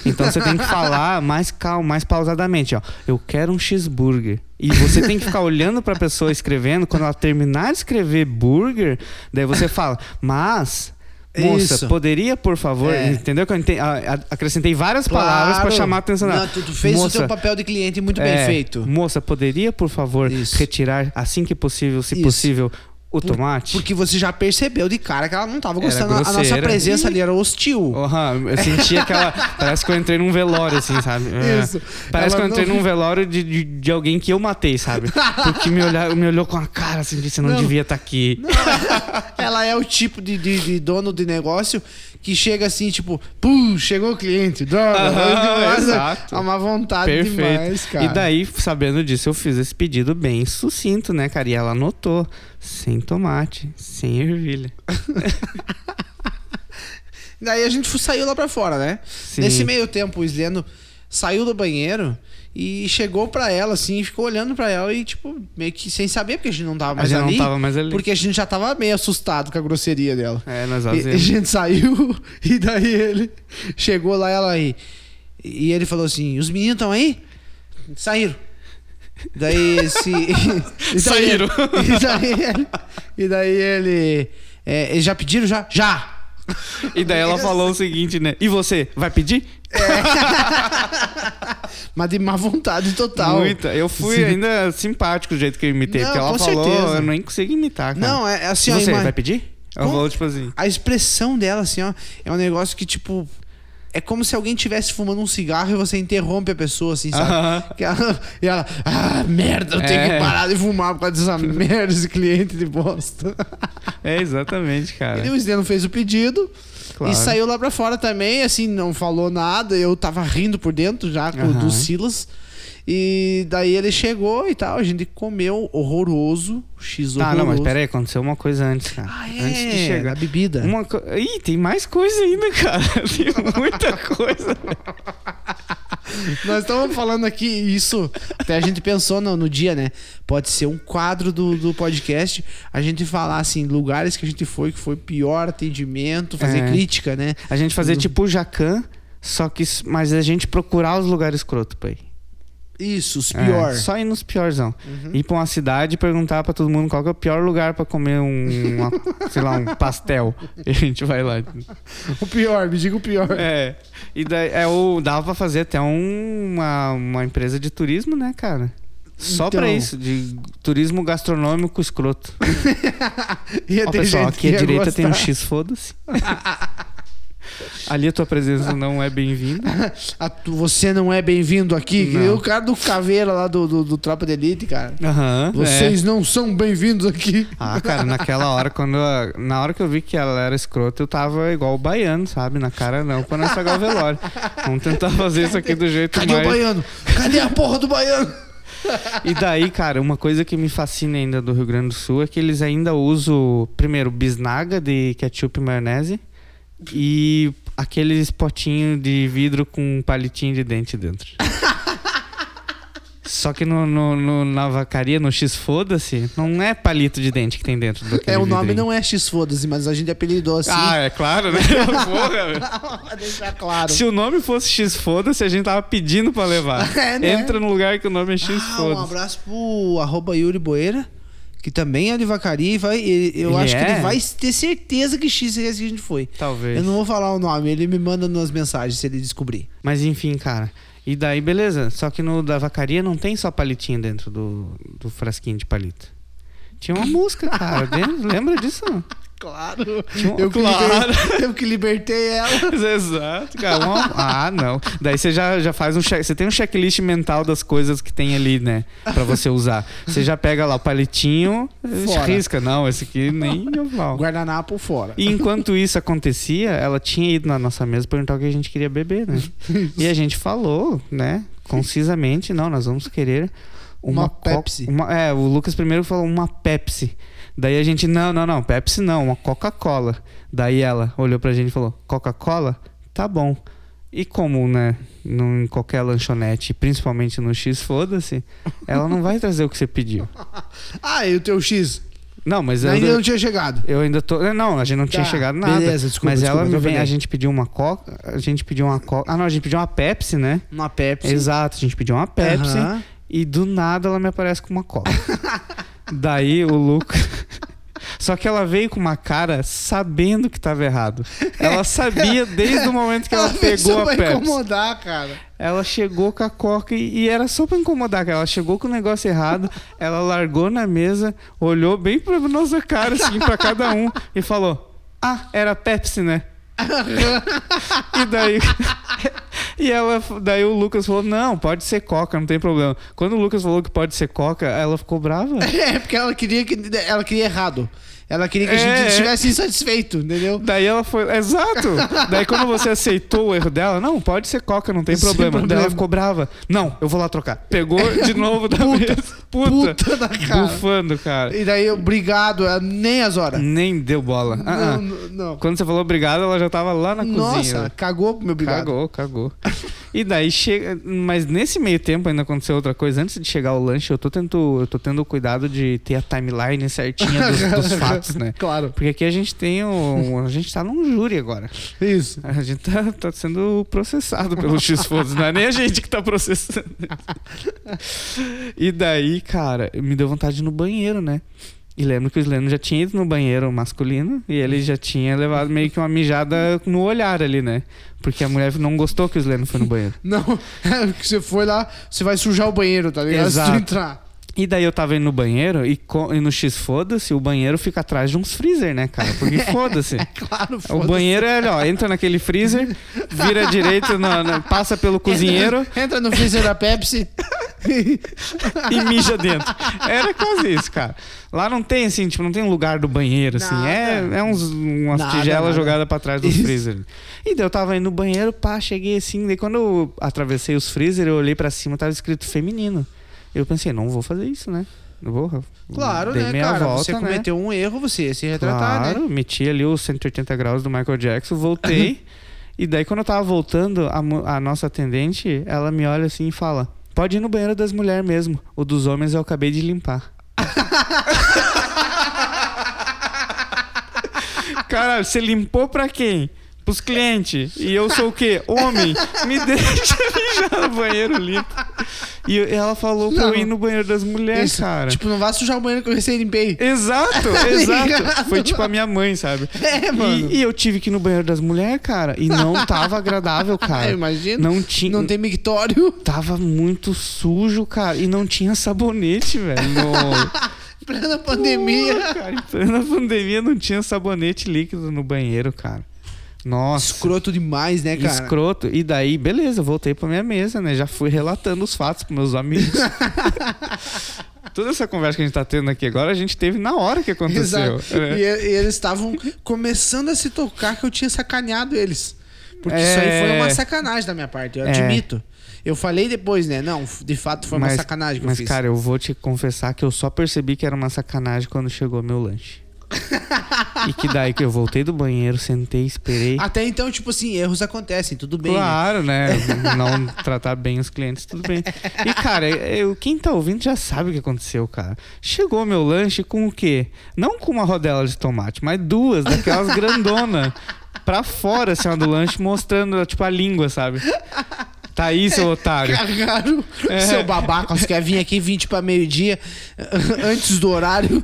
Então você tem que falar mais calmo, mais pausadamente, ó. Eu quero um cheeseburger. E você tem que ficar olhando pra pessoa escrevendo. Quando ela terminar de escrever burger, daí você fala, mas. Moça,
Isso.
poderia, por favor?
É.
Entendeu? Que eu ente- a- a- acrescentei várias palavras pra
Claro.
chamar a atenção dela.
Não, tu, tu fez o
Moça,
teu papel de cliente muito bem
é,
feito.
Moça, poderia, por favor,
Isso.
retirar assim que possível, se
Isso.
possível, o tomate?
Porque você já percebeu de cara que ela não tava
Era
gostando. A- A nossa
grosseira.
presença ali era hostil.
Aham, eu senti aquela. Parece que eu entrei num velório, assim, sabe? É.
Isso.
Parece
Ela
que eu entrei
não-
num velório de, de, de alguém que eu matei, sabe? Porque me, olhar, me olhou com a cara assim, disse: não,
Não.
devia estar aqui.
Ela é o tipo de, de- de dono de negócio que chega assim, tipo, puh, chegou o cliente, droga.
Aham,
Nossa,
exato.
É uma vontade
Perfeito.
demais, cara.
E daí, sabendo disso, eu fiz esse pedido bem sucinto, né, cara? E ela anotou: sem tomate, sem ervilha.
Daí a gente fu- saiu lá pra fora, né?
Sim.
Nesse meio tempo, o Sleno saiu do banheiro e chegou pra ela, assim, e ficou olhando pra ela e, tipo, meio que sem saber, porque a gente não tava mais
gente não
ali.
tava mais ali.
Porque a gente já tava meio assustado com a grosseria dela.
É, nós
E, a
fazemos.
gente saiu e daí ele chegou lá ela aí. E ele falou assim: os meninos estão aí? Saíram. Daí se. e daí-
Saíram.
E daí ele. E daí ele. é, eles já pediram? Já? Já!
E daí ela falou o seguinte, né? E você, vai pedir?
Mas de má vontade total.
Muita. Eu fui
Sim.
ainda simpático do jeito que eu imitei.
Não,
porque ela
com
falou,
certeza.
eu nem consigo imitar, cara.
Não, é é assim,
E
ó.
você,
ima-
vai pedir? Eu
Com-
vou, tipo assim.
A expressão dela, assim, ó, é um negócio que, tipo. É como se alguém estivesse fumando um cigarro e você interrompe a pessoa, assim, sabe?
Aham.
Que ela- e ela, ah, merda, eu tenho
É.
que parar de fumar por causa dessa merda, esse cliente de bosta.
É, exatamente, cara.
E o Zdeno fez o pedido
Claro.
e saiu lá pra fora também, assim, não falou nada. Eu tava rindo por dentro já com,
Aham.
do Silas. E daí ele chegou e tal, a gente comeu horroroso, x
Tá,
horroroso.
não, mas peraí, aconteceu uma coisa antes, cara.
Ah, é,
Antes de chegar.
a bebida.
Uma co... Ih, tem mais coisa ainda, cara. Tem muita coisa.
Nós estamos falando aqui isso. Até a gente pensou no, no dia, né? Pode ser um quadro do, do podcast. A gente falar assim, lugares que a gente foi, que foi pior atendimento, fazer
É.
crítica, né?
A gente fazer tipo o Jacan, só que. s- Mas a gente procurar os lugares escroto, pai.
Isso, os
É,
pior. Uhum.
só ir nos piorzão. Ir pra uma cidade e perguntar pra todo mundo qual que é o pior lugar pra comer um, uma- sei lá, um pastel. E a gente vai
É.
lá.
O pior, me diga o pior.
É. E daí, é, o, dava pra fazer até um- uma, uma empresa de turismo, né, cara? Só
Então.
pra isso, de turismo gastronômico escroto.
Ia
Ó,
ter
pessoal,
gente
aqui
que
à
ia
direita tem um
gostar.
X, foda-se. Ali a tua presença não é bem-vinda.
Ah, tu- Você não é bem-vindo aqui? que nem
Não.
O cara do caveira lá do, do, do Tropa de Elite, cara.
Aham. é.
Vocês não são bem-vindos aqui.
Ah, cara, naquela hora, quando. a- na hora que eu vi que ela era escrota, eu tava igual o baiano, sabe? Na cara não, pra não estragar o velório. Vamos tentar fazer isso aqui do jeito
Cadê
mais.
o baiano? Cadê a porra do baiano?
E daí, cara, uma coisa que me fascina ainda do Rio Grande do Sul é que eles ainda usam, primeiro, bisnaga de ketchup e maionese e aqueles potinhos de vidro com um palitinho de dente dentro. Só que no, no- no- na vacaria, no X Foda-se, não é palito de dente que tem dentro do
É, o nome não é X, foda-se, mas a gente apelidou assim.
Ah, é claro, né? Porra, velho.
pra deixar claro.
Se o nome fosse X Foda-se, a gente tava pedindo pra levar.
É, né?
Entra no lugar que o nome é X
Ah, um
Foda-se.
abraço pro arroba Yuri Boeira, que também é de vacaria e vai. e- Eu
Ele
acho que
é?
ele vai ter certeza que X é esse que a gente foi.
Talvez.
Eu não vou falar o nome, ele me manda nas mensagens se ele descobrir.
Mas enfim, cara. E daí, beleza. Só que no da vacaria não tem só palitinho dentro do, do frasquinho de palito. Tinha uma música, cara. dentro. Lembra disso?
Claro.
Não,
Eu, que
claro.
liber- eu que libertei ela.
Exato, cara. Uma- Ah, não. Daí você já, já faz um check. Você tem um checklist mental das coisas que tem ali, né? Pra você usar. Você já pega lá o palitinho,
Fora.
risca. Não, esse aqui nem é eu mal.
Guardanapo fora.
E enquanto isso acontecia, ela tinha ido na nossa mesa perguntar o que a gente queria beber, né? E a gente falou, né? Concisamente, não, nós vamos querer uma,
Uma
co-
Pepsi.
uma- é, o Lucas primeiro falou uma Pepsi. Daí a gente, não, não, não, Pepsi não, uma Coca-Cola. Daí ela olhou pra gente e falou, Coca-Cola? Tá bom. E como, né, num, em qualquer lanchonete, principalmente no X, foda-se, ela não vai trazer o que você pediu.
Ah, e o teu X?
Não, mas eu-
Ainda não tinha chegado.
eu ainda tô. eh, Não, a gente não tinha
Tá,
chegado nada.
beleza, desculpa,
Mas
desculpa,
ela me
eu
vem. A
falei.
gente pediu uma Coca. A gente pediu uma Coca. Ah, não, a gente pediu uma Pepsi, né?
Uma Pepsi.
Exato, a gente pediu uma Pepsi.
Aham.
E do nada ela me aparece com uma Coca. Daí o Lucas. Só que ela veio com uma cara sabendo que tava errado. Ela sabia desde o momento que ela,
fez
pegou
só pra
a Pepsi.
incomodar, cara.
Ela chegou com a coca e, e era só pra incomodar, cara. Ela chegou com o negócio errado, ela largou na mesa, olhou bem pra nossa cara, assim, pra cada um, e falou: Ah, era Pepsi, né? e daí. E ela, daí o Lucas falou: Não, pode ser coca, não tem problema. Quando o Lucas falou que pode ser coca, ela ficou brava.
É, porque ela queria que ela queria errado. Ela queria que a
É,
gente
é.
estivesse insatisfeito, entendeu?
Daí ela foi. Exato! Daí quando você aceitou o erro dela, não, pode ser coca, não tem
Sem
problema. Daí
problema.
ela ficou brava. Não, eu vou lá trocar. Pegou de novo da
Puta,
mesa. Puta,
puta da cara.
Bufando, cara.
E daí, obrigado,
é,
ela nem as horas.
Nem deu bola. Ah, ah.
Não, não, não.
Quando você falou obrigado, ela já tava lá na
Nossa,
cozinha.
cagou pro meu obrigado.
Cagou, cagou. E daí chega. Mas nesse meio tempo ainda aconteceu outra coisa. Antes de chegar ao lanche, eu tô tendo, eu tô tendo cuidado de ter a timeline certinha dos, dos fatos, né?
Claro.
Porque aqui a gente tem um. A gente tá num júri agora.
Isso.
A gente tá, tá sendo processado pelo x fotos não é nem a gente que tá processando. E daí, cara, me deu vontade de ir no banheiro, né? E lembro que o Sleno já tinha ido no banheiro masculino e ele já tinha levado meio que uma mijada no olhar ali, né? Porque a mulher não gostou que o Sleno foi no banheiro.
Não, é porque você foi lá, você vai sujar o banheiro, tá ligado? Se
Exato.
tu entrar.
E daí eu tava indo no banheiro e, co- e no X foda-se, o banheiro fica atrás de uns freezer, né, cara? Porque foda-se.
Claro,
O
É, foda-se.
banheiro é, ó, entra naquele freezer, vira direito, na- na- passa pelo cozinheiro
Entra no freezer da Pepsi.
e mija dentro. Era quase isso, cara. Lá não tem, assim, tipo, não tem um lugar do banheiro, assim.
Nada.
É, é uns, umas
Nada,
tigelas
nada.
jogadas pra trás dos
Isso.
freezer. E daí eu tava indo no banheiro, pá, cheguei assim. Daí quando eu atravessei os freezer, eu olhei pra cima, tava escrito feminino. Eu pensei, não vou fazer isso, né? Eu vou.
Claro,
dei
né,
meia
cara?
volta,
você
né?
cometeu um erro, você ia se retratar,
Claro,
né?
meti ali os 180 graus do Michael Jackson, voltei. e daí, quando eu tava voltando, a, mu- a nossa atendente, ela me olha assim e fala: Pode ir no banheiro das mulheres mesmo. O dos homens eu acabei de limpar. Caralho, você limpou pra quem? Pros clientes. E eu sou o quê? Homem. Me deixa mijar no banheiro limpo. E eu- ela falou pra eu
Não.
ir no banheiro das mulheres,
Isso,
cara.
Tipo, não vá sujar o banheiro que eu recém limpei.
Exato, exato.
Tá ligado?
Foi tipo a minha mãe, sabe?
É, mano.
E, e eu tive que ir no banheiro das mulheres, cara. E não tava agradável, cara.
Ah, eu imagino.
Não tinha.
Não tem mictório.
Tava muito sujo, cara. E não tinha sabonete, velho. No...
Plena pandemia.
cara, em plena pandemia não tinha sabonete líquido no banheiro, cara. Nossa.
Escroto demais, né, cara?
Escroto. E daí, beleza, eu voltei pra minha mesa, né? Já fui relatando os fatos pros meus amigos. Toda essa conversa que a gente tá tendo aqui agora, a gente teve na hora que aconteceu.
Exato.
É.
E, e eles estavam começando a se tocar que eu tinha sacaneado eles. Porque isso aí foi
É.
uma sacanagem da minha parte, eu
É.
admito. Eu falei depois, né? Não, f- de fato foi uma sacanagem que
mas,
eu fiz.
cara, eu vou te confessar que eu só percebi que era uma sacanagem quando chegou meu lanche. e que daí que eu voltei do banheiro, sentei, esperei.
Até então, tipo assim, erros acontecem, tudo bem. né?
Claro, né? Não tratar bem os clientes, tudo bem. E, cara, eu, quem tá ouvindo já sabe o que aconteceu, cara. Chegou meu lanche com o quê? Não com uma rodela de tomate, mas duas daquelas grandona pra fora, assim, ó, do lanche, mostrando, tipo, a língua, sabe? Tá aí, seu otário.
Cargaram
É.
seu babaca, você quer vir aqui 20 pra meio-dia, antes do horário.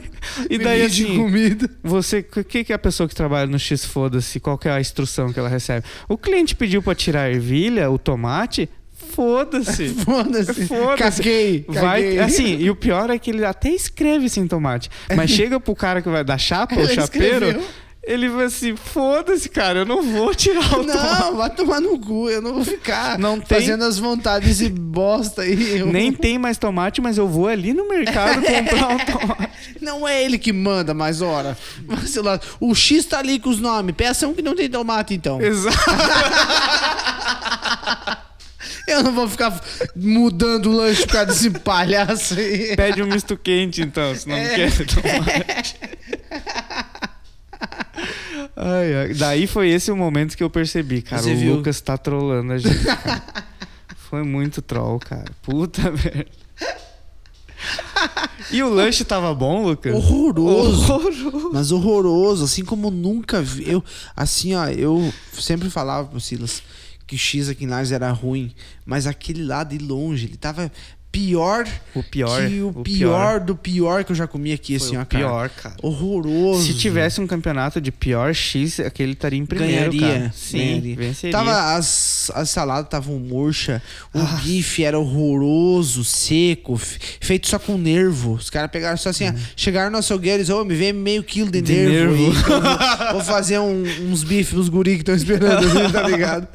E daí,
pedir
assim,
comida.
Você, o que, que é a pessoa que trabalha no X foda-se, qual que é a instrução que ela recebe? O cliente pediu pra tirar a ervilha, o tomate, foda-se.
Foda-se.
Foda-se.
Casquei.
Vai,
caguei.
assim, e o pior é que ele até escreve sem tomate. Mas chega pro cara que vai dar chapa, o
Ele
chapeiro,
escreveu.
Ele vai assim, foda-se, cara, eu não vou tirar o tom.
Não, vai tomar no cu, eu não vou ficar
Não tem-
fazendo as vontades e bosta aí. Eu-
Nem tem mais tomate, mas eu vou ali no mercado comprar um tomate.
Não é ele que manda mais hora. Mas, sei lá, o X tá ali com os nomes. Peça um que não tem tomate, então.
Exato.
Eu não vou ficar mudando o lanche por causa desse palhaço aí.
Pede um misto quente, então, se não quer tomate. Ai, ai. Daí foi esse o momento que eu percebi, cara.
Você
o
viu?
Lucas tá trolando a gente. cara. Foi muito troll, cara. Puta merda. E o lanche tava bom, Lucas?
Horroroso.
Horroroso.
Mas horroroso, assim como nunca vi. Eu, assim, ó, eu sempre falava pro Silas que o X aqui em Lages era ruim, mas aquele lá de longe, ele tava pior
O pior,
que o,
o
pior,
pior.
do pior que eu já comi aqui, assim, ó,
o
cara.
pior, cara.
Horroroso.
Se tivesse um campeonato de pior X, aquele estaria em primeiro,
Ganharia.
cara. Sim,
ganharia.
venceria.
Tava, as, as saladas estavam murcha, o
Ah.
bife era horroroso, seco, fe- feito só com nervo. Os caras pegaram só assim, ó, chegaram no açougueiro e disseram, ô, me vê meio quilo de,
Uhum. De
nervo. aí,
nervo.
que eu vou, vou fazer um- uns bifes pros guri que estão esperando, assim, tá ligado?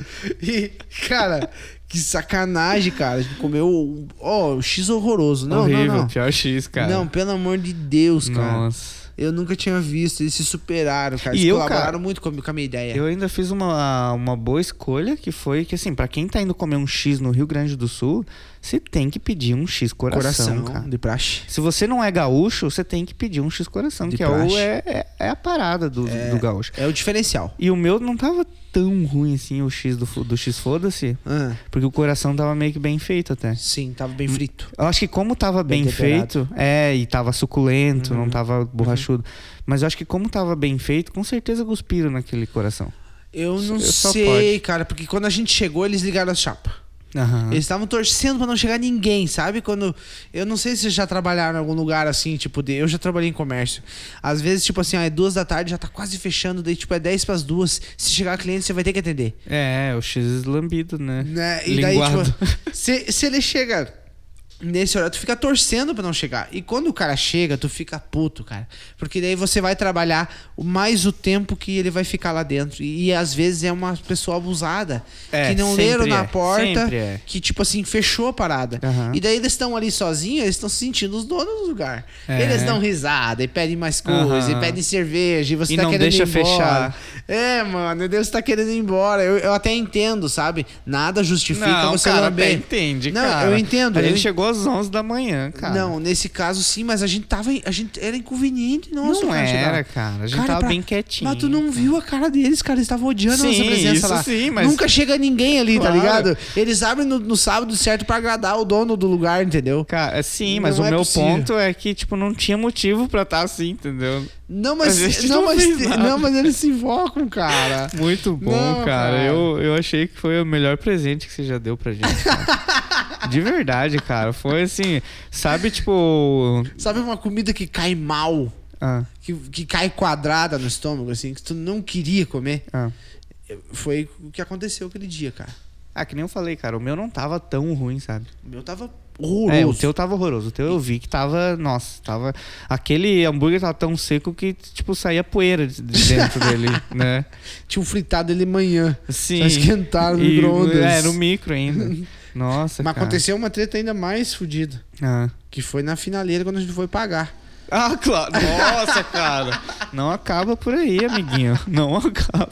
E, cara, que sacanagem, cara. A gente comeu, um, ó, o X horroroso. Não,
Horrível,
não, não.
pior X, cara.
Não, pelo amor de Deus, cara.
Nossa.
Eu nunca tinha visto, eles se superaram, cara.
E
Eles
eu,
colaboraram
cara,
muito com a, com a minha ideia.
É. Eu ainda fiz uma, uma boa escolha, que foi que, assim, pra quem tá indo comer um X no Rio Grande do Sul, você tem que pedir um X coração,
coração,
cara.
de praxe.
Se você não é gaúcho, você tem que pedir um X coração,
De
que é, o,
praxe.
é, é, é a parada do, do gaúcho.
É o diferencial.
E o meu não tava tão ruim assim, o X do, fu- do X foda-se,
Ah,
porque o coração tava meio que bem feito até.
sim, tava bem frito.
Eu acho que como tava bem,
Bem temperado. Uhum.
feito, é, e tava suculento, não tava borrachudo. Mas eu acho que como tava bem feito, com certeza cuspiram naquele coração.
Eu não
Eu é só
sei,
pode.
cara, porque quando a gente chegou, eles ligaram a chapa.
Aham.
Eles estavam torcendo pra não chegar ninguém, sabe? Quando. Eu não sei se vocês já trabalharam em algum lugar assim, tipo, de. Eu já trabalhei em comércio. Às vezes, tipo assim, ó, é duas da tarde, já tá quase fechando, daí, tipo, é 10 pras duas. Se chegar cliente, você vai ter que atender.
É, o X lambido, né?
Né? E daí,
Linguado.
tipo, se, se ele chega nesse horário, tu fica torcendo pra não chegar. E quando o cara chega, tu fica puto, cara. Porque daí você vai trabalhar o- mais o tempo que ele vai ficar lá dentro. E, e às vezes é uma pessoa abusada.
É,
que não
sempre
leram
é,
na porta.
sempre é.
Que, tipo assim, fechou a parada.
Aham.
E daí eles estão ali sozinhos, eles estão se sentindo os donos do lugar.
É.
Eles dão risada e pedem mais coisa,
Aham.
e pedem cerveja, e você
E
tá
não
querendo
deixa
ir embora.
fechar.
É, mano, Deus tá querendo ir embora. Eu, eu até entendo, sabe? Nada justifica
não,
você
cara, até
lamber.
entende,
Não,
cara.
eu entendo,
A
eu
gente
en-
chegou às 11 da manhã, cara.
Não, nesse caso sim, mas a gente tava. A gente era inconveniente, nossa,
não
cara, chegar.
era, cara. A gente
Cara,
tava
pra-
bem quietinho. né?
Mas tu não viu a cara deles, cara. Eles estavam odiando a
Sim,
nossa presença
isso
lá.
sim, mas-
Nunca chega ninguém ali,
Claro.
tá ligado? Eles abrem no, no sábado certo pra agradar o dono do lugar, entendeu?
Cara, sim, mas
Não
o
é
meu
possível.
ponto é que, tipo, não tinha motivo pra estar assim, entendeu?
Não,
A
mas.
gente
Não,
não
mas,
fez nada.
não, mas eles se invocam, cara.
Muito bom,
Não,
cara.
cara.
Eu, eu achei que foi o melhor presente que você já deu pra gente. cara. De verdade, cara. Foi assim, sabe, tipo.
Sabe uma comida que cai mal?
Ah,
Que, que cai quadrada no estômago, assim, que tu não queria comer?
ah.
Foi o que aconteceu aquele dia, cara.
ah, que nem eu falei, cara. O meu não tava tão ruim, sabe?
O meu tava
É, o
horroroso.
teu tava horroroso. O teu eu vi que tava. Nossa, tava. Aquele hambúrguer tava tão seco que, tipo, saía poeira de de dentro dele, né?
Tinha um fritado ele manhã.
Sim.
Só esquentaram no
E-
micro-ondas.
É, no micro ainda. Nossa,
Mas
cara.
aconteceu uma treta ainda mais fodida.
Ah.
Que foi na finaleira quando a gente foi pagar.
Ah, claro. Nossa, cara. Não acaba por aí, amiguinho. Não acaba.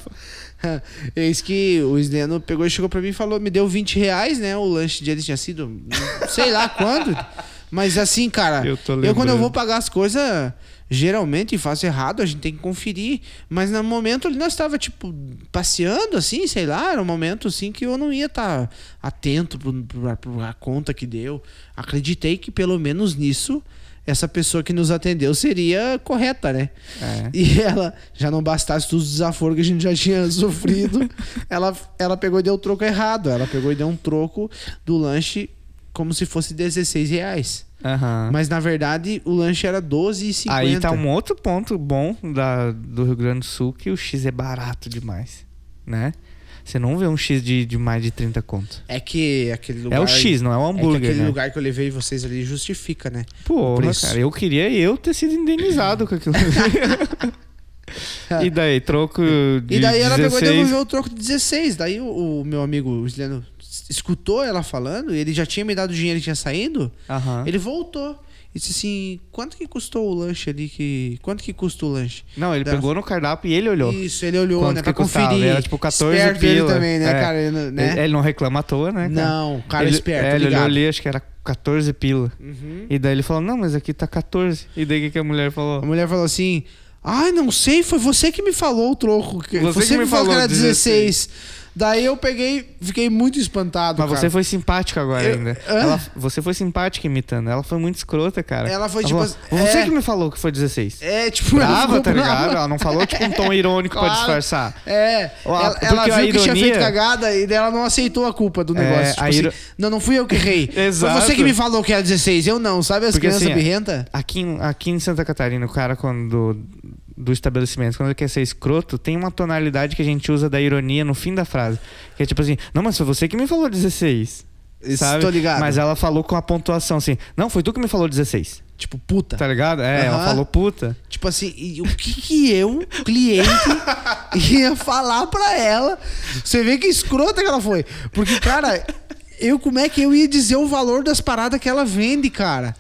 Eis que o Isneno pegou e chegou pra mim e falou: me deu 20 reais, né? O lanche dele tinha sido não sei lá quando. Mas assim, cara,
Eu tô
quando eu
lembrando.
vou pagar as coisas, geralmente faço errado, a gente tem que conferir. Mas no momento ali nós tava, tipo, passeando, assim, sei lá, era um momento assim que eu não ia estar atento pro- pra, pra conta que deu. Acreditei que pelo menos nisso. Essa pessoa que nos atendeu seria correta, né?
É.
E ela, já não bastasse todos os desaforos que a gente já tinha sofrido, ela, ela pegou e deu o troco errado. Ela pegou e deu um troco do lanche como se fosse 16 reais.
Aham.
Mas na verdade o lanche era 12,50.
Aí tá um outro ponto bom da, do Rio Grande do Sul, que o X é barato demais, né? Você não vê um X de, de mais de 30 conto.
É que aquele lugar.
é o X, não é o
é que
hambúrguer,
aquele
né?
lugar que eu levei vocês ali justifica, né?
Porra,
preço.
cara, eu queria eu ter sido indenizado com aquilo. E daí, troco de
E daí ela pegou e
16.
devolveu o troco de 16. Daí o, o meu amigo, o Juliano, s- escutou ela falando, e ele já tinha me dado o dinheiro que tinha saído.
Aham.
Ele voltou. E disse assim: quanto que custou o lanche ali? Que... Quanto que custa o lanche?
Não, ele
Daí ela
pegou no cardápio e ele olhou.
Isso, ele olhou,
Quanto
né? Pra
que custava?
conferir.
Era tipo 14
Esperto
pila.
ele também, né,
É.
cara? Ele, né?
Ele, ele não reclama à toa, né? cara?
Não, cara
ele,
esperto,
é, ele olhou
ligado. Uhum.
ali, acho que era 14 pila. E daí ele falou, não, mas aqui tá 14. E daí o que, que a mulher
A
falou?
mulher falou assim: Ai, não sei, foi você que me falou o troco. que- Você,
Você que
que
me
me falou que era
falou assim.
16. Daí eu peguei, fiquei muito espantado.
Mas
cara.
você foi simpática agora
Eu-
ainda.
Hã?
Ela- você foi simpática imitando. Ela foi muito escrota, cara.
Ela foi, tipo,
falou, Você
é.
que me falou que foi 16.
É, tipo, ela
Brava,
ficou
tá
brava.
ligado? Ela não falou tipo um tom irônico pra
Claro.
disfarçar.
É,
Ó,
ela,
porque
ela
a
viu que tinha
ironia-
feito cagada e daí ela não aceitou a culpa do negócio. tipo
a
assim,
iro-
não, não fui eu que errei.
Exato.
Foi você que me falou que era 16, eu não. Sabe as
Porque,
crianças
assim, é-
birrenta?
Aqui, em- aqui em Santa Catarina, o cara quando do estabelecimento, quando ele quer ser escroto, tem uma tonalidade que a gente usa da ironia no fim da frase. Que é tipo assim, não, mas foi você que me falou 16. Sabe?
Estou ligado.
Mas ela falou com a pontuação assim, não, foi tu que me falou 16.
Tipo, puta.
Tá ligado? É, ela
Aham.
falou puta.
Tipo assim, e o que que eu, cliente, ia falar pra ela? Você vê que escrota que ela foi. Porque, cara, eu como é que eu ia dizer o valor das paradas que ela vende, cara?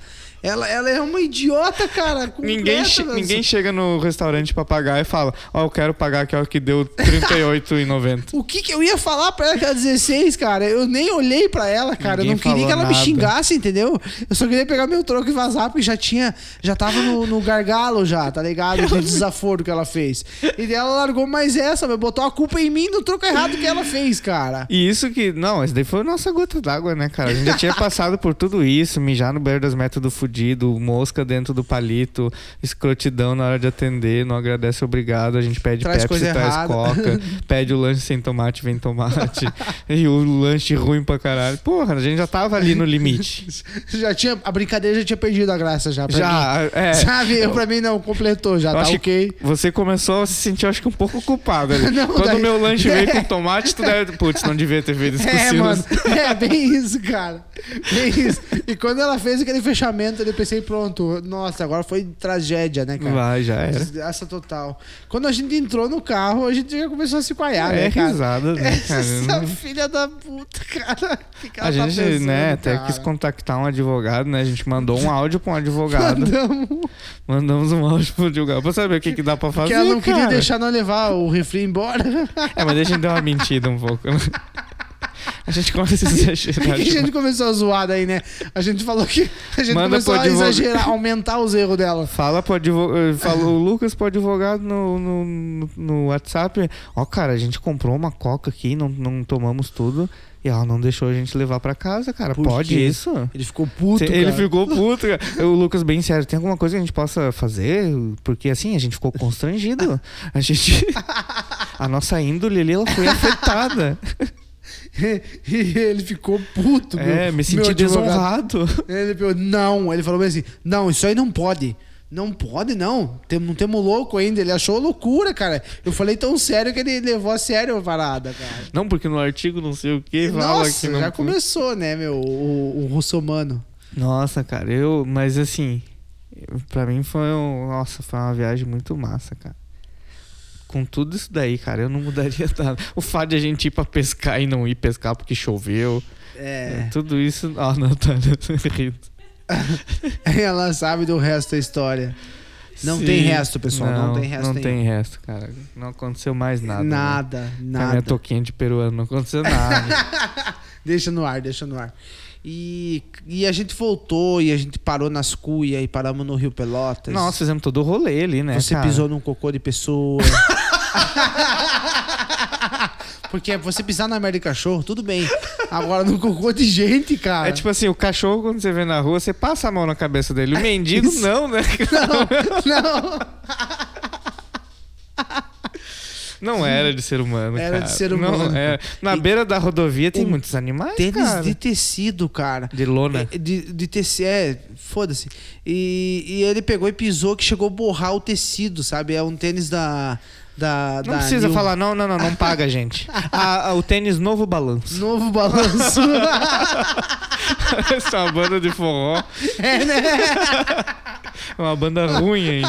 Ela, ela é uma idiota, cara. completa,
Ninguém, che-
né?
ninguém chega no restaurante pra pagar e fala, ó, eu quero pagar aquela que deu 38,90.
O que que eu ia falar pra ela que era 16, cara? Eu nem olhei pra ela, cara. eu
Ninguém
não queria
falou
que ela
nada.
me xingasse, entendeu? Eu só queria pegar meu troco e vazar, porque já tinha... Já tava no, no gargalo já, tá ligado? Do desaforo que ela fez. E daí ela largou mais essa, meu. Botou a culpa em mim do troco errado que ela fez, cara.
E isso que. Não, esse daí foi a nossa gota d'água, né, cara? A gente já tinha passado por tudo isso, mijar no banheiro das metas do fudido, mosca dentro do palito, escrotidão na hora de atender, não agradece, obrigado. A gente pede
Traz
Pepsi,
coisa
traz
errada.
coca, pede o lanche sem tomate, vem tomate. e o lanche ruim pra caralho. Porra, a gente já tava ali no limite.
Já tinha... A brincadeira já tinha perdido a graça já. Pra Mim.
já, é.
Sabe? Eu, pra mim não, completou já,
Eu
tá
acho
ok.
que você começou a se sentir, acho que um pouco culpado. ali.
Não,
Quando
daí-
o meu lanche veio com tomate, tu deve. Putz, não devia ter feito isso com
É,
Tipo Silas.
mano. É, bem isso, cara. Bem isso. E quando ela fez aquele fechamento, eu pensei, pronto, nossa, agora foi tragédia, né, cara?
Vai, já era.
Desgraça total. Quando a gente entrou no carro, a gente já começou a se coiar,
É
né, cara?
risada, né, cara?
Essa filha da puta, cara. O Que que ela tá
A gente,
pensando,
né, até
cara?
quis contactar um advogado, né? A gente mandou um áudio pra um advogado.
Mandamos.
Mandamos um áudio pro advogado pra saber o que, que dá pra fazer.
Porque ela não queria
cara.
deixar nós levar o refri embora.
É, mas deixa eu dar uma mentira um pouco. né? A gente começa a exagerar.
a gente
demais.
começou a zoar daí, né? A gente falou que. A gente
Manda
começou
pro
a
advogado.
exagerar, aumentar os erros dela.
Fala pro advogado. Falou o Lucas pro advogado no, no, no- no WhatsApp. Ó, cara, a gente comprou uma coca aqui, não, não tomamos tudo. E ela não deixou a gente levar pra casa, cara.
Por
Pode
quê?
isso?
Ele ficou puto.
Cê- ele
cara.
ficou puto. cara. O Lucas, bem sério, tem alguma coisa que a gente possa fazer? Porque assim, a gente ficou constrangido. A gente. A nossa índole ali, ela foi afetada.
E ele ficou puto, meu-
é, me senti
meu advogado.
desonrado.
Ele falou, não. Ele falou bem assim, não, isso aí não pode. Não pode, não. Tem, não temos louco ainda. Ele achou loucura, cara. Eu falei tão sério que ele levou a sério a parada, cara.
Não, porque no artigo não sei o que fala
Nossa,
que não.
já começou, né, meu? O, o russomano.
Nossa, cara, eu. Mas assim, pra mim foi um. Nossa, foi uma viagem muito massa, cara. Com tudo isso daí, cara, eu não mudaria nada. O fato de a gente ir pra pescar e não ir pescar porque choveu.
É.
Tudo isso. ah, Ó, Natália, rindo.
Ela sabe do resto da história. Não tem resto, pessoal, não tem resto
Não
nenhum.
tem resto, cara. Não aconteceu mais nada. né?
Nada,
Com a minha
nada.
toquinha de peruano, não aconteceu nada.
Deixa no ar, deixa no ar. E, e a gente voltou e a gente parou nas cuias e paramos no Rio Pelotas.
Nós fizemos todo o rolê ali, né?
Você
cara?
pisou num cocô de pessoa. Porque você pisar na merda de cachorro, tudo bem. Agora no cocô de gente, cara.
É tipo assim, o cachorro, quando você vê na rua, você passa a mão na cabeça dele. O mendigo,
É Isso.
não, né?
Não,
Não era de ser humano,
Era de
cara.
ser
Não
humano.
era. Na
E-
beira da rodovia tem
Um
muitos animais,
tênis
cara.
de tecido, cara.
De lona.
É, De, de tecido, é, foda-se. E, e ele pegou e pisou que chegou a borrar o tecido, sabe? É um tênis da. da
Não
da
precisa
New-
falar, não, não, não, não paga, gente. Ah, ah, o tênis Novo Balanço.
Novo balanço.
Essa é uma banda de forró.
é, né?
É uma banda ruim, hein?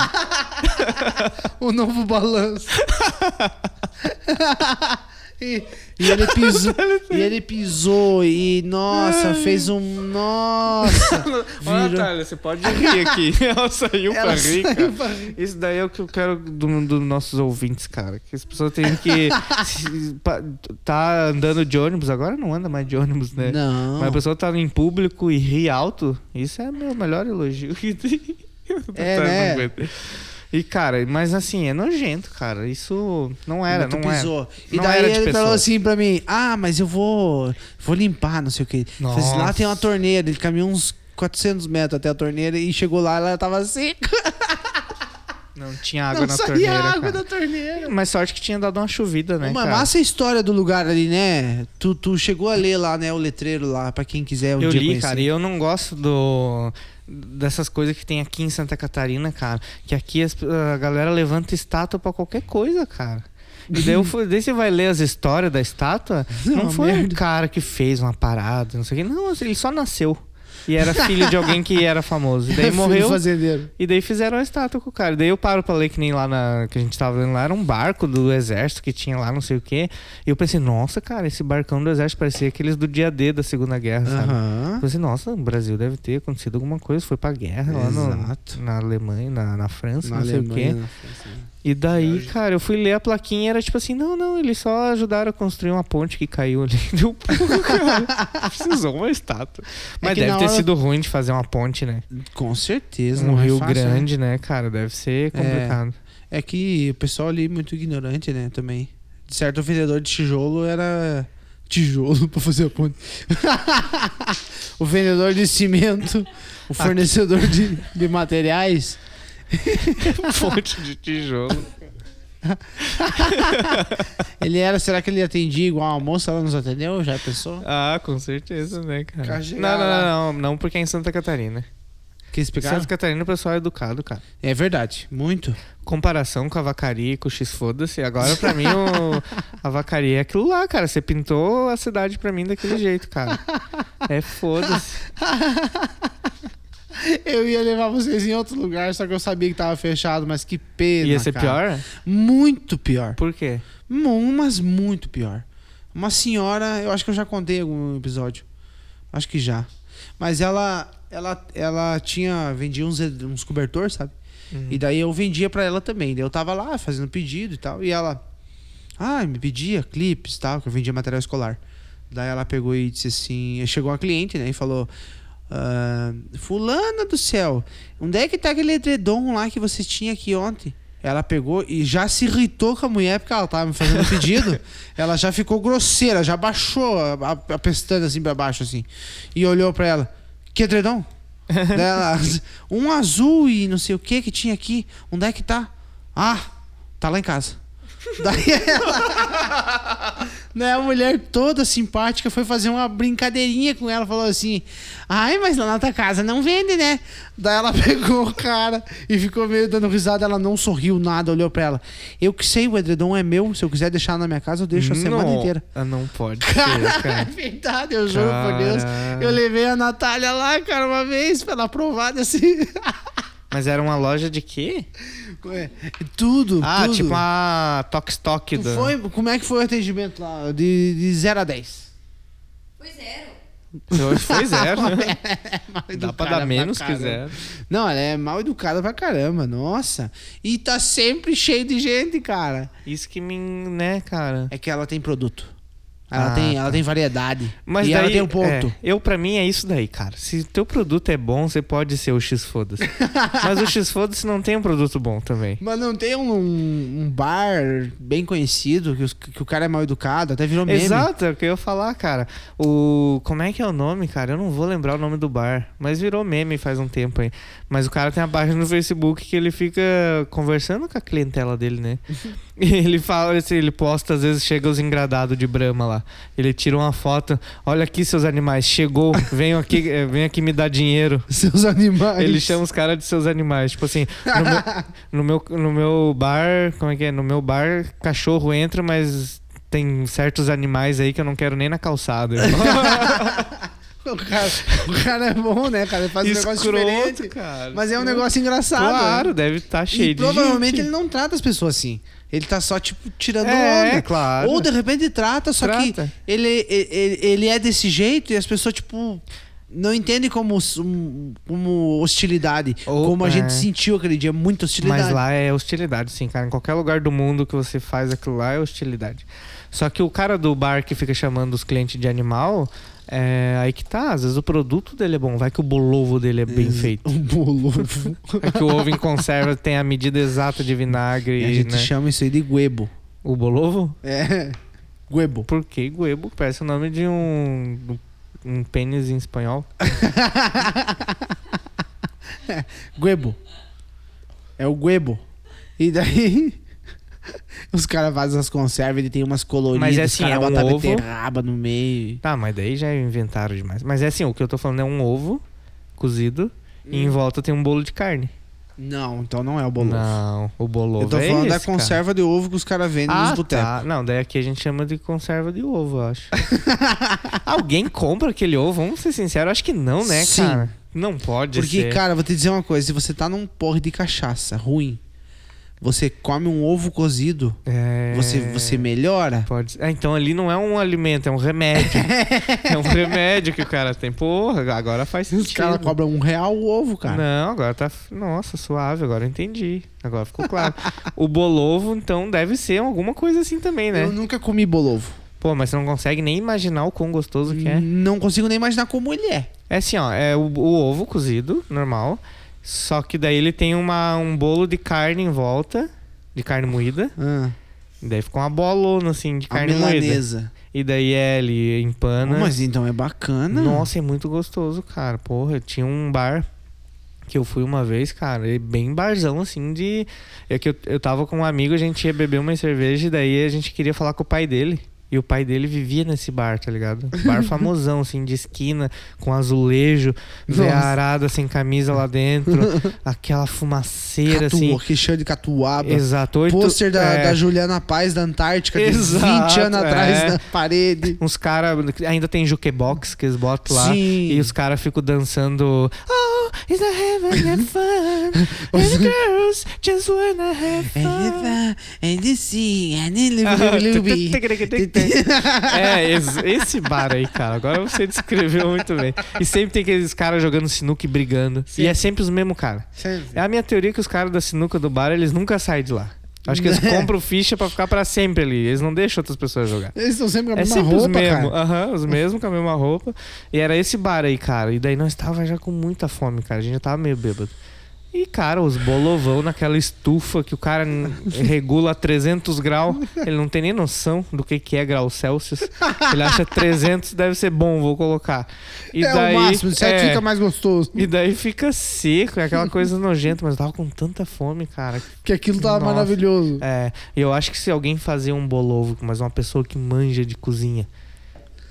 o novo balanço. e, e ele pisou, e ele pisou, e nossa, fez um. Nossa!
Olha,
virou-
Natália, você pode rir aqui. Ela saiu
Ela
pra rir,
saiu
cara.
pra rir.
Isso daí é o que eu quero dos do nossos ouvintes, cara. Que as pessoas têm que. se- pa- tá andando de ônibus, agora não anda mais de ônibus, né?
Não.
Mas a pessoa tá em público e ri alto, isso é meu melhor elogio que tem.
É,
Eu não
né?
aguento. E, cara, mas assim, é nojento, cara. Isso não era,
Muito
não era.
pisou. E
não
daí
era de
ele falou
pessoa.
assim pra mim: Ah, mas eu vou, vou limpar, não sei o que.
Nossa.
Lá tem uma torneira, ele caminhou uns 400 metros até a torneira e chegou lá, ela tava assim, seca.
Não tinha água
Não
na
saía
torneira.
água
cara.
da torneira.
Mas sorte que tinha dado uma chovida, né?
Uma
cara?
massa história do lugar ali, né? Tu, tu chegou a ler lá, né? O letreiro lá, pra quem quiser um
Eu
dia
li,
conhecer.
cara, e eu não gosto do dessas coisas que tem aqui em Santa Catarina, cara. Que aqui as- a galera levanta estátua pra qualquer coisa, cara. E daí, eu fui, daí você vai ler as histórias da estátua.
Não,
Não,
uma
foi um
merda.
cara que fez uma parada, não sei o quê. Não, assim, ele só nasceu. E era filho de alguém que era famoso. E daí
Filho
morreu.
fazendeiro.
E daí fizeram a estátua com o cara. Daí eu paro pra ler que nem lá na, que a gente tava lendo lá, era um barco do exército que tinha lá, não sei o quê. E eu pensei, nossa, cara, esse barcão do exército parecia aqueles do dia D da Segunda Guerra, sabe? Eu
Aham.
pensei, assim, nossa, o Brasil deve ter acontecido alguma coisa, foi pra guerra lá
Exato.
no, na Alemanha, na, na França,
Na
não sei
Alemanha.
o quê.
na França. né?
E daí, cara, eu fui ler a plaquinha e era tipo assim, não, não, eles só ajudaram a construir uma ponte que caiu ali. Deu porra, cara. Precisou uma estátua. Mas
É que
deve
na
ter
hora-
sido ruim de fazer uma ponte, né?
Com certeza.
Um
não é
rio
fácil, né?
grande, né, cara? Deve ser complicado.
É que o pessoal ali é muito ignorante, né? Também. De certo, o vendedor de tijolo era tijolo pra fazer a ponte. o vendedor de cimento, o fornecedor de, de materiais.
Ponte de tijolo.
Ele era, será que ele atendia igual a moça? Ela nos atendeu? Já pensou?
Ah, com certeza, né, cara?
Cajear
Não, não,
lá.
não, não, não, porque é em Santa Catarina.
Quer
Em
explicar?
Santa Catarina o pessoal é educado, cara.
É verdade, muito.
comparação com a vacaria e com o X foda-se. Agora, pra mim, o- a vacaria é aquilo lá, cara. Você pintou a cidade pra mim daquele jeito, cara. É foda-se.
Eu ia levar vocês em outro lugar, só que eu sabia que tava fechado, mas que pena.
Ia ser
cara.
é pior?
Muito pior.
Por quê?
Mu- Mas Hum, muito pior. Uma senhora, eu acho que eu já contei em algum episódio. Acho que já. Mas ela ela ela tinha vendia uns uns cobertor, sabe? E daí eu vendia pra ela também. Daí eu tava lá fazendo pedido e tal, e ela ah, me pedia clipes e tal, que eu vendia material escolar. Daí ela pegou e disse assim, chegou uma cliente, né, e falou: ah, "Fulana do céu, onde é que tá aquele edredom lá que você tinha aqui ontem?" Ela pegou e já se irritou com a mulher porque ela tava me fazendo um pedido. ela já ficou grosseira, já baixou a, a- a pestana assim pra baixo assim. E olhou pra ela: "Que edredom?" Daí ela, Né? um azul e não sei o que que tinha aqui. Onde é que tá? Ah, tá lá em casa. Daí ela. Daí a mulher toda simpática foi fazer uma brincadeirinha com ela. Falou assim: Ai, mas lá na tua casa não vende, né? Daí ela pegou o cara e ficou meio dando risada. Ela não sorriu nada, olhou pra ela. Eu que sei, o edredom é meu. Se eu quiser deixar na minha casa, eu deixo a semana
Não.
inteira.
Ah, Não pode ser,
É
cara.
verdade, eu juro por Deus.
Caralho.
Eu levei a Natália lá, cara, uma vez pra ela provar desse.
Mas era uma loja de quê?
Ué, tudo,
Ah,
tudo.
tipo a Tox Tok da...
Foi, como é que foi o atendimento lá? De, de 0 a 10.
Foi zero.
Hoje foi zero. né?
Mal
Dá pra
educada
dar menos
caramba.
quiser.
Não, ela é mal educada pra caramba, nossa. E tá sempre cheio de gente, cara.
Isso que me... né, cara?
É que ela tem produto. Ela,
Ah,
tem,
tá.
ela tem variedade.
Mas
e
daí,
ela tem um ponto.
é, eu, pra mim, é isso daí, cara. Se teu produto é bom, você pode ser o X foda-se. Mas o X foda-se não tem um produto bom também.
Mas não tem um, um bar bem conhecido que, os- que o cara é mal educado, até virou meme.
Exato, é o que eu ia falar, cara. O. Como é que é o nome, cara? Eu não vou lembrar o nome do bar. Mas virou meme faz um tempo aí. Mas o cara tem uma página no Facebook que ele fica conversando com a clientela dele, né? E ele fala, assim, ele posta, às vezes chega os engradados de brama lá. Ele tira uma foto. Olha aqui, seus animais, chegou, venham aqui, eh, venham aqui me dar dinheiro.
Seus animais.
Ele chama os caras de seus animais. Tipo assim, no meu, no, meu, no meu bar, como é que é? No meu bar, cachorro entra, um mas tem certos animais aí que eu não quero nem na calçada.
O cara, o cara é bom, né, cara? Ele faz um negócio
Escroto,
diferente.
cara.
Mas é um negócio
tá,
engraçado.
né?
Claro, deve estar cheio
E
de
provavelmente
gente.
ele não trata as pessoas assim. Ele tá só, tipo, tirando
É,
onda.
claro.
Ou de repente trata, só que
Trata.
ele, ele, ele é desse jeito e as pessoas, tipo, não entendem como, os- um- como hostilidade.
Ou-
como a
é.
gente sentiu aquele dia, muita hostilidade.
Mas lá é hostilidade, sim, cara. Em qualquer lugar do mundo que você faz aquilo lá é hostilidade. Só que o cara do bar que fica chamando os clientes de animal, é aí que tá. Às vezes o produto dele é bom, vai que o bolovo dele é bem feito.
Um bolovo.
É que o ovo em conserva tem a medida exata de vinagre,
a gente
né?
chama isso aí de guebo.
O bolovo?
É. Guebo.
Porque guebo parece o nome de um, um pênis em espanhol.
Guebo. É o Guebo. E daí. Os caras fazem as conservas, ele tem umas coloridas,
Mas é
os
assim,
caras
é um
botam
ovo.
beterraba no meio.
Tá, mas daí já inventaram demais. Mas é assim, o que eu tô falando é um ovo cozido e
Hum.
em volta tem um bolo de carne.
Não, então não é o bolovo.
Não, o bolovo
Eu tô
é
falando da
esse, cara.
conserva de ovo que os caras vendem nos
Ah,
botecos.
tá. Não, daí aqui a gente chama de conserva de ovo, eu acho. Alguém compra aquele ovo? Vamos ser sinceros, eu acho que não, né,
Sim.
cara? Não pode
Porque,
ser.
cara, vou te dizer uma coisa: se você tá num porre de cachaça ruim, você come um ovo cozido,
É,
você, você melhora.
Pode ser. Ah, então ali não é um alimento, é um remédio. é um remédio que o cara tem. Porra, agora faz sentido.
Os caras cobram um real o ovo, cara.
Não, agora tá. Nossa, suave, agora eu entendi. Agora ficou claro. o bolovo, então, deve ser alguma coisa assim também, né?
Eu nunca comi bolovo.
Pô, mas você não consegue nem imaginar o quão gostoso que é.
Não consigo nem imaginar como ele é.
É assim, ó, é o, o ovo cozido, normal. Só que daí ele tem uma, um bolo de carne em volta, de carne moída.
Ah,
E daí fica uma bolona, assim, de
a
carne moída. Né?
milanesa.
E daí é ele empana.
Oh, mas então é bacana.
Nossa, é muito gostoso, cara. Porra, tinha um bar que eu fui uma vez, cara, e bem barzão, assim, de... É que eu, eu tava com um amigo, a gente ia beber uma cerveja e daí a gente queria falar com o pai dele. E o pai dele vivia nesse bar, tá ligado? Bar famosão, assim, de esquina, com azulejo,
Nossa.
veiarada sem camisa lá dentro, aquela fumaceira, assim.
Catua, que cheio de catuaba.
Exato. oito-
Pôster da,
é,
da Juliana Paz da Antártica, de 20
Exato,
anos
é.
atrás na parede.
Uns caras. Ainda tem jukebox que eles botam lá.
Sim.
E os caras ficam dançando. Oh, is a heaven and fun. And the girls just wanna have
É,
fun.
é
É, es- esse bar aí, cara. Agora você descreveu muito bem. E sempre tem aqueles caras jogando sinuca e brigando. E é sempre os mesmos caras. É a minha teoria que os caras da sinuca do bar, eles nunca saem de lá. Acho que eles compram ficha pra ficar pra sempre ali. Eles não deixam outras pessoas jogar.
Eles estão sempre com a
É
mesma
sempre os
roupa,
mesmos.
cara.
Aham, os mesmos com a mesma roupa. E era esse bar aí, cara. E daí nós tava já com muita fome, cara. A gente já tava meio bêbado. E, cara, os bolovão naquela estufa que o cara n- regula a 300 graus. Ele não tem nem noção do que, que é grau Celsius. Ele acha 300 deve ser bom, vou colocar. E
é
daí,
o máximo, isso aí
é,
fica mais gostoso.
E daí fica seco, é aquela coisa nojenta. Mas eu tava com tanta fome, cara.
Porque aquilo tava
Nossa.
maravilhoso.
É, e eu acho que se alguém fazer um bolovo, mas uma pessoa que manja de cozinha,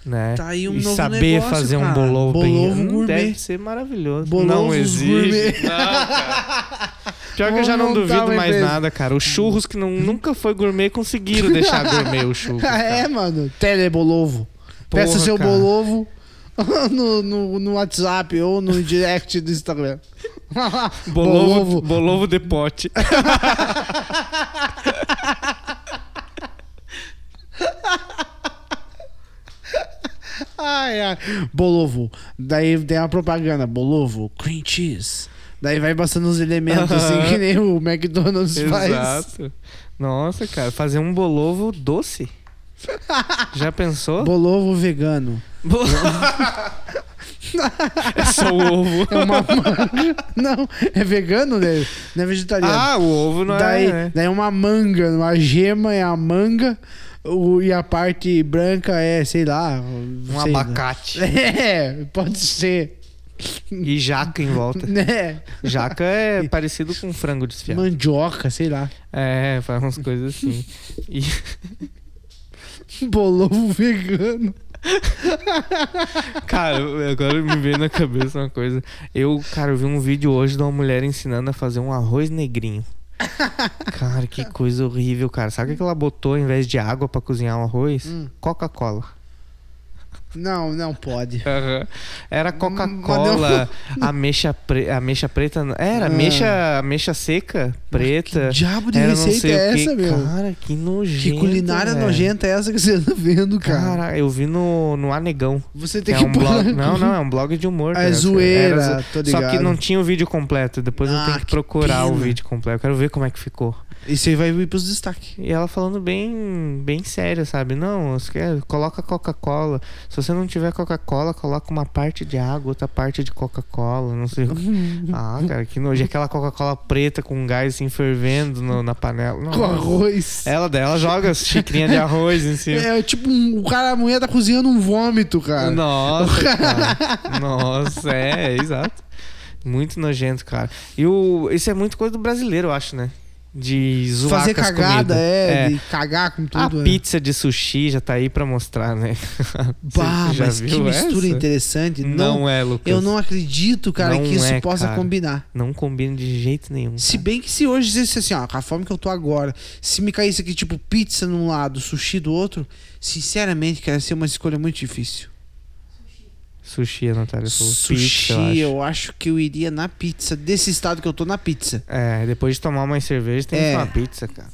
né?
Tá aí um
e
novo
saber
negócio,
fazer um
cara.
bolovo,
Bolovo
bem, Hum,
gourmet.
deve ser maravilhoso. não
Bolovos
existe.
gourmet.
Não, cara. Pior que eu já não
Vamos montar um
duvido
uma
mais
empresa.
nada, cara. Os churros que não, nunca foi gourmet conseguiram deixar gourmet o churro.
é, mano. Telebolovo.
Porra,
Peça seu
cara.
bolovo no, no, no WhatsApp ou no direct do Instagram.
Bolovo, bolovo de pote.
Ai, ai. Bolovo. Daí tem uma propaganda. Bolovo, cream cheese. Daí vai passando os elementos, assim,
Aham.
que nem o McDonald's faz.
Exato. Nossa, cara, fazer um bolovo doce. Já pensou?
Bolovo vegano.
Bo- é só o ovo.
É uma manga. Não, é vegano, né? Não é vegetariano.
Ah, o ovo não
daí,
é. né?
daí Tá uma manga, uma gema é a manga. o- e a parte branca é, sei lá.
Um
sei lá.
abacate.
É, pode ser.
E jaca em volta.
Né?
Jaca é parecido com frango desfiado.
Mandioca, sei lá.
É, faz umas coisas assim. E
Bolovo vegano.
Cara, eu- agora me veio na cabeça uma coisa. Eu, cara, eu vi um vídeo hoje de uma mulher ensinando a fazer um arroz negrinho. Cara, que coisa Hum. horrível, cara. Sabe o que ela botou ao invés de água pra cozinhar o arroz? Coca-Cola.
Não, não pode.
Aham. Era
Hum,
Coca-Cola, ameixa, pre- ameixa preta. não-
Ah.
Era ameixa, ameixa seca, preta.
diabo tipo de
Era não
receita
sei o
é
quê.
essa, meu?
Cara, que nojento.
Que culinária
velho.
nojenta é essa que você tá vendo, cara?
Cara, eu vi no, no Anegão.
Você
que
tem
é
que
um
parar
blog,
com-
Não, não, é um blog de humor.
É
cara. Era
zoeira,
zo-
tô
Só que
ligado.
não tinha o vídeo completo. Depois eu
Ah,
tenho que
que
procurar o
pena.
vídeo completo. Eu quero ver como é que ficou.
Isso aí vai vir pros destaques.
E ela falando bem, bem sério, sabe? Não, você quer- coloca Coca-Cola. Se você não tiver Coca-Cola, coloca uma parte de água, outra parte de Coca-Cola, não sei. o quê. ah, cara, que nojo. E Aquela Coca-Cola preta com gás assim fervendo no- na panela. Não.
Com arroz.
Ela dela joga as xicrinhas de arroz em cima. Ah,
É, tipo, um, o cara, a mulher tá cozinhando um vômito, cara.
Nossa, cara. Nossa, é, é, exato. Muito nojento, cara. E o, isso é muito coisa do brasileiro, eu acho, né? De zoar
Fazer
com as
cagada,
comidas.
é, de cagar com
A
tudo. é.
Ah, pizza de sushi já tá aí pra mostrar, né?
Bah,
Você já
mas que
viu
mistura
essa?
interessante.
Não, é, Lucas.
Eu não acredito, cara,
Não
que isso
é,
possa
cara.
combinar.
Não combina de jeito nenhum.
Se
cara.
bem que se hoje dissesse assim, ó, com a fome que eu tô agora, se me caísse aqui, tipo, pizza num lado, sushi do outro, sinceramente, cara, ia ser uma escolha muito difícil.
Sushi, a Natália falou.
sushi,
Pizza, eu acho.
eu acho que eu iria na pizza, desse estado que eu tô na pizza.
É, depois de tomar mais cerveja, tem
É.
que tomar pizza, cara.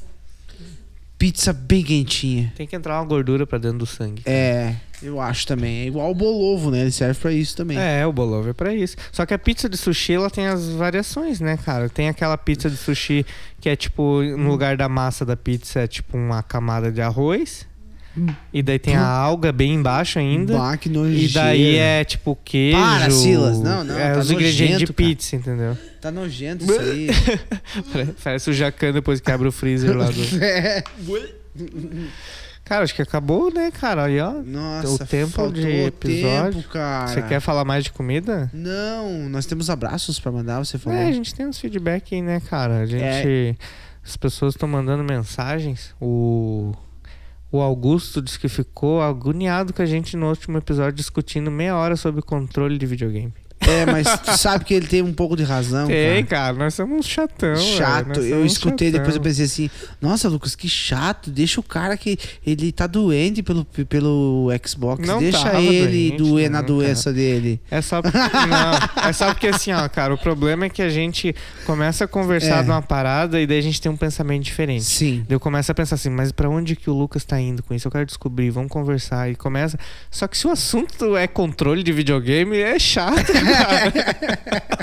Pizza bem quentinha.
Tem que entrar uma gordura pra dentro do sangue.
É, eu acho também. É igual o bolovo, né? Ele serve pra isso também.
É, o Bolovo é pra isso. Só que a pizza de sushi, ela tem as variações, né, cara? Tem aquela pizza de sushi que é tipo, no lugar da massa da pizza, é tipo uma camada de arroz.
Hum.
E daí tem a alga bem embaixo ainda.
Bah, que
E
nojeira.
daí é tipo queijo.
Para, Silas. Não, não,
É
tá
os ingredientes
nojento,
de
cara.
pizza, entendeu?
Tá nojento isso aí.
Pare- Parece o Jacan depois que abre o freezer lá do.
É.
Cara, acho que acabou, né, cara? Aí, ó.
Nossa,
O tempo
faltou
de
o
Então, episódio.
tempo, cara.
Você quer falar mais de comida?
Não, nós temos abraços pra mandar, você falou.
É, a gente tem uns feedback aí, né, cara? A
É.
gente. As pessoas estão mandando mensagens. O. O Augusto disse que ficou agoniado com a gente no último episódio discutindo meia hora sobre controle de videogame.
É, mas tu sabe que ele tem um pouco de razão,
Tem,
cara.
cara, nós somos um chatão. velho, nós
Chato, eu
somos um
escutei,
chatão.
depois eu pensei assim, nossa, Lucas, que chato, deixa o cara que ele tá doente pelo, pelo Xbox,
Não
deixa
tava
ele
doente, né,
doer
não,
na doença dele.
É só, não, é só porque assim, ó, cara, o problema é que a gente começa a conversar
É.
de uma parada e daí a gente tem um pensamento diferente.
Sim.
Daí eu começo a pensar assim, mas pra onde que o Lucas tá indo com isso? Eu quero descobrir, vamos conversar e começa. Só que se o assunto é controle de videogame, é chato.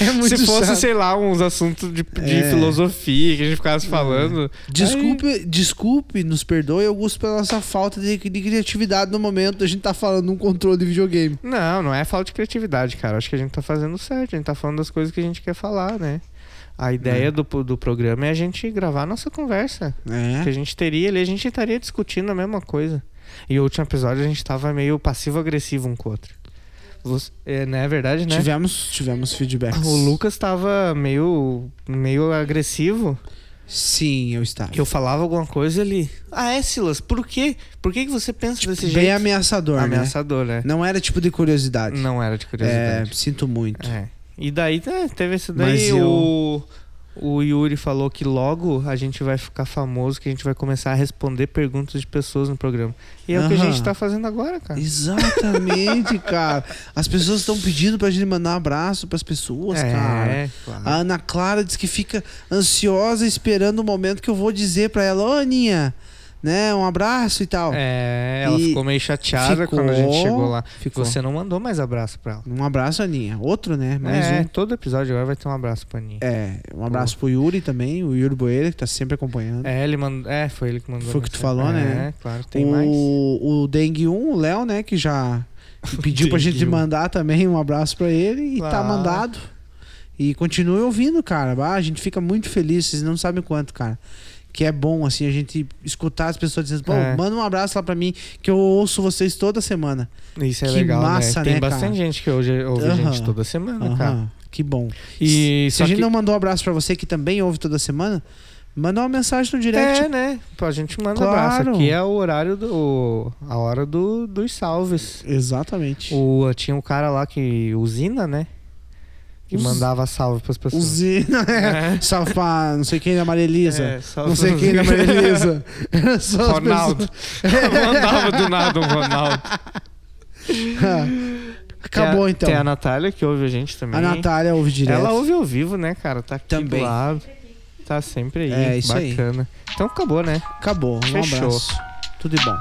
É muito
se fosse,
chato.
sei lá, uns assuntos de, de
É.
filosofia que a gente ficasse falando.
Desculpe, desculpe, nos perdoe, Augusto, pela nossa falta de, de criatividade no momento. A gente tá falando um controle de videogame.
Não, não é falta de criatividade, cara. Acho que a gente tá fazendo certo. A gente tá falando das coisas que a gente quer falar, né? A ideia do, do programa é a gente gravar a nossa conversa. Que a
É.
gente teria ali, a gente estaria discutindo a mesma coisa. E o último episódio a gente tava meio passivo-agressivo um com o outro. Você, é, não é verdade, né?
Tivemos, tivemos feedbacks.
O Lucas tava meio, meio agressivo.
Sim, eu estava.
Que eu falava alguma coisa ele. Ah, é, Silas, por quê? Por que, que você pensa desse
Bem
jeito?
ameaçador,
Ameaçador, né?
né? Não era tipo de curiosidade.
Não era de
É,
curiosidade.
sinto muito.
É. E daí né, teve esse daí.
Mas eu-
O, o Yuri falou que logo a gente vai ficar famoso, que a gente vai começar a responder perguntas de pessoas no programa. E é o que a
Aham.
gente tá fazendo agora, cara.
Exatamente, cara. As pessoas estão pedindo pra gente mandar um abraço pras pessoas,
é,
cara.
claro.
A Ana Clara diz que fica ansiosa esperando o momento que eu vou dizer pra ela, ô Aninha, né, um abraço e tal.
É, ela
E
ficou meio chateada quando a gente
ficou-
chegou lá.
ficou.
Você não mandou mais abraço pra ela.
Um abraço, Aninha. Outro, né? Mais
é,
um.
todo episódio agora vai ter um abraço pra Aninha.
É, um abraço pro Yuri também, o Yuri Boeira, que tá sempre acompanhando.
É, ele mandou. É, foi ele que mandou.
Foi o que tu
mensagem.
falou, né?
É, claro, tem
o,
mais.
o Dengue 1, o Léo, né, que já que pediu pra gente
Dengue 1.
mandar também um abraço pra ele e tá
Claro.
mandado. E continue ouvindo, cara. Ah, a gente fica muito feliz, vocês não sabem quanto, cara. Que é bom, assim, a gente escutar as pessoas dizendo, pô,
É.
manda um abraço lá pra mim, que eu ouço vocês toda semana.
Isso é
que
legal,
massa,
né? Tem
né, cara?
bastante gente que hoje ouve a gente
Aham.
toda semana, cara.
Aham, que bom.
E
Se
só
a gente
que-
não mandou um abraço pra você que também ouve toda semana, manda uma mensagem no direct.
É, né? Pô, A gente manda
Claro.
abraço. Aqui é o horário do. o- A hora do, dos salves.
Exatamente.
O, tinha um cara lá que usina, né? que
Os-
mandava salve pras pessoas.
Uzi, não é? Salve pra não sei quem da Maria Elisa.
É, salve
não sei
pra-
quem da Maria Elisa. Era só as
Ronaldo. mandava do nada um Ronaldo.
pessoas- Acabou
Tem a-
então.
Tem a Natália que ouve a gente também.
A Natália ouve direto.
Ela ouve ao vivo, né, cara? Tá aqui
Também.
do lado. Tá sempre aí.
É, isso aí.
Bacana. Então acabou, né?
Acabou. Um
Fechou.
abraço. Tudo de bom.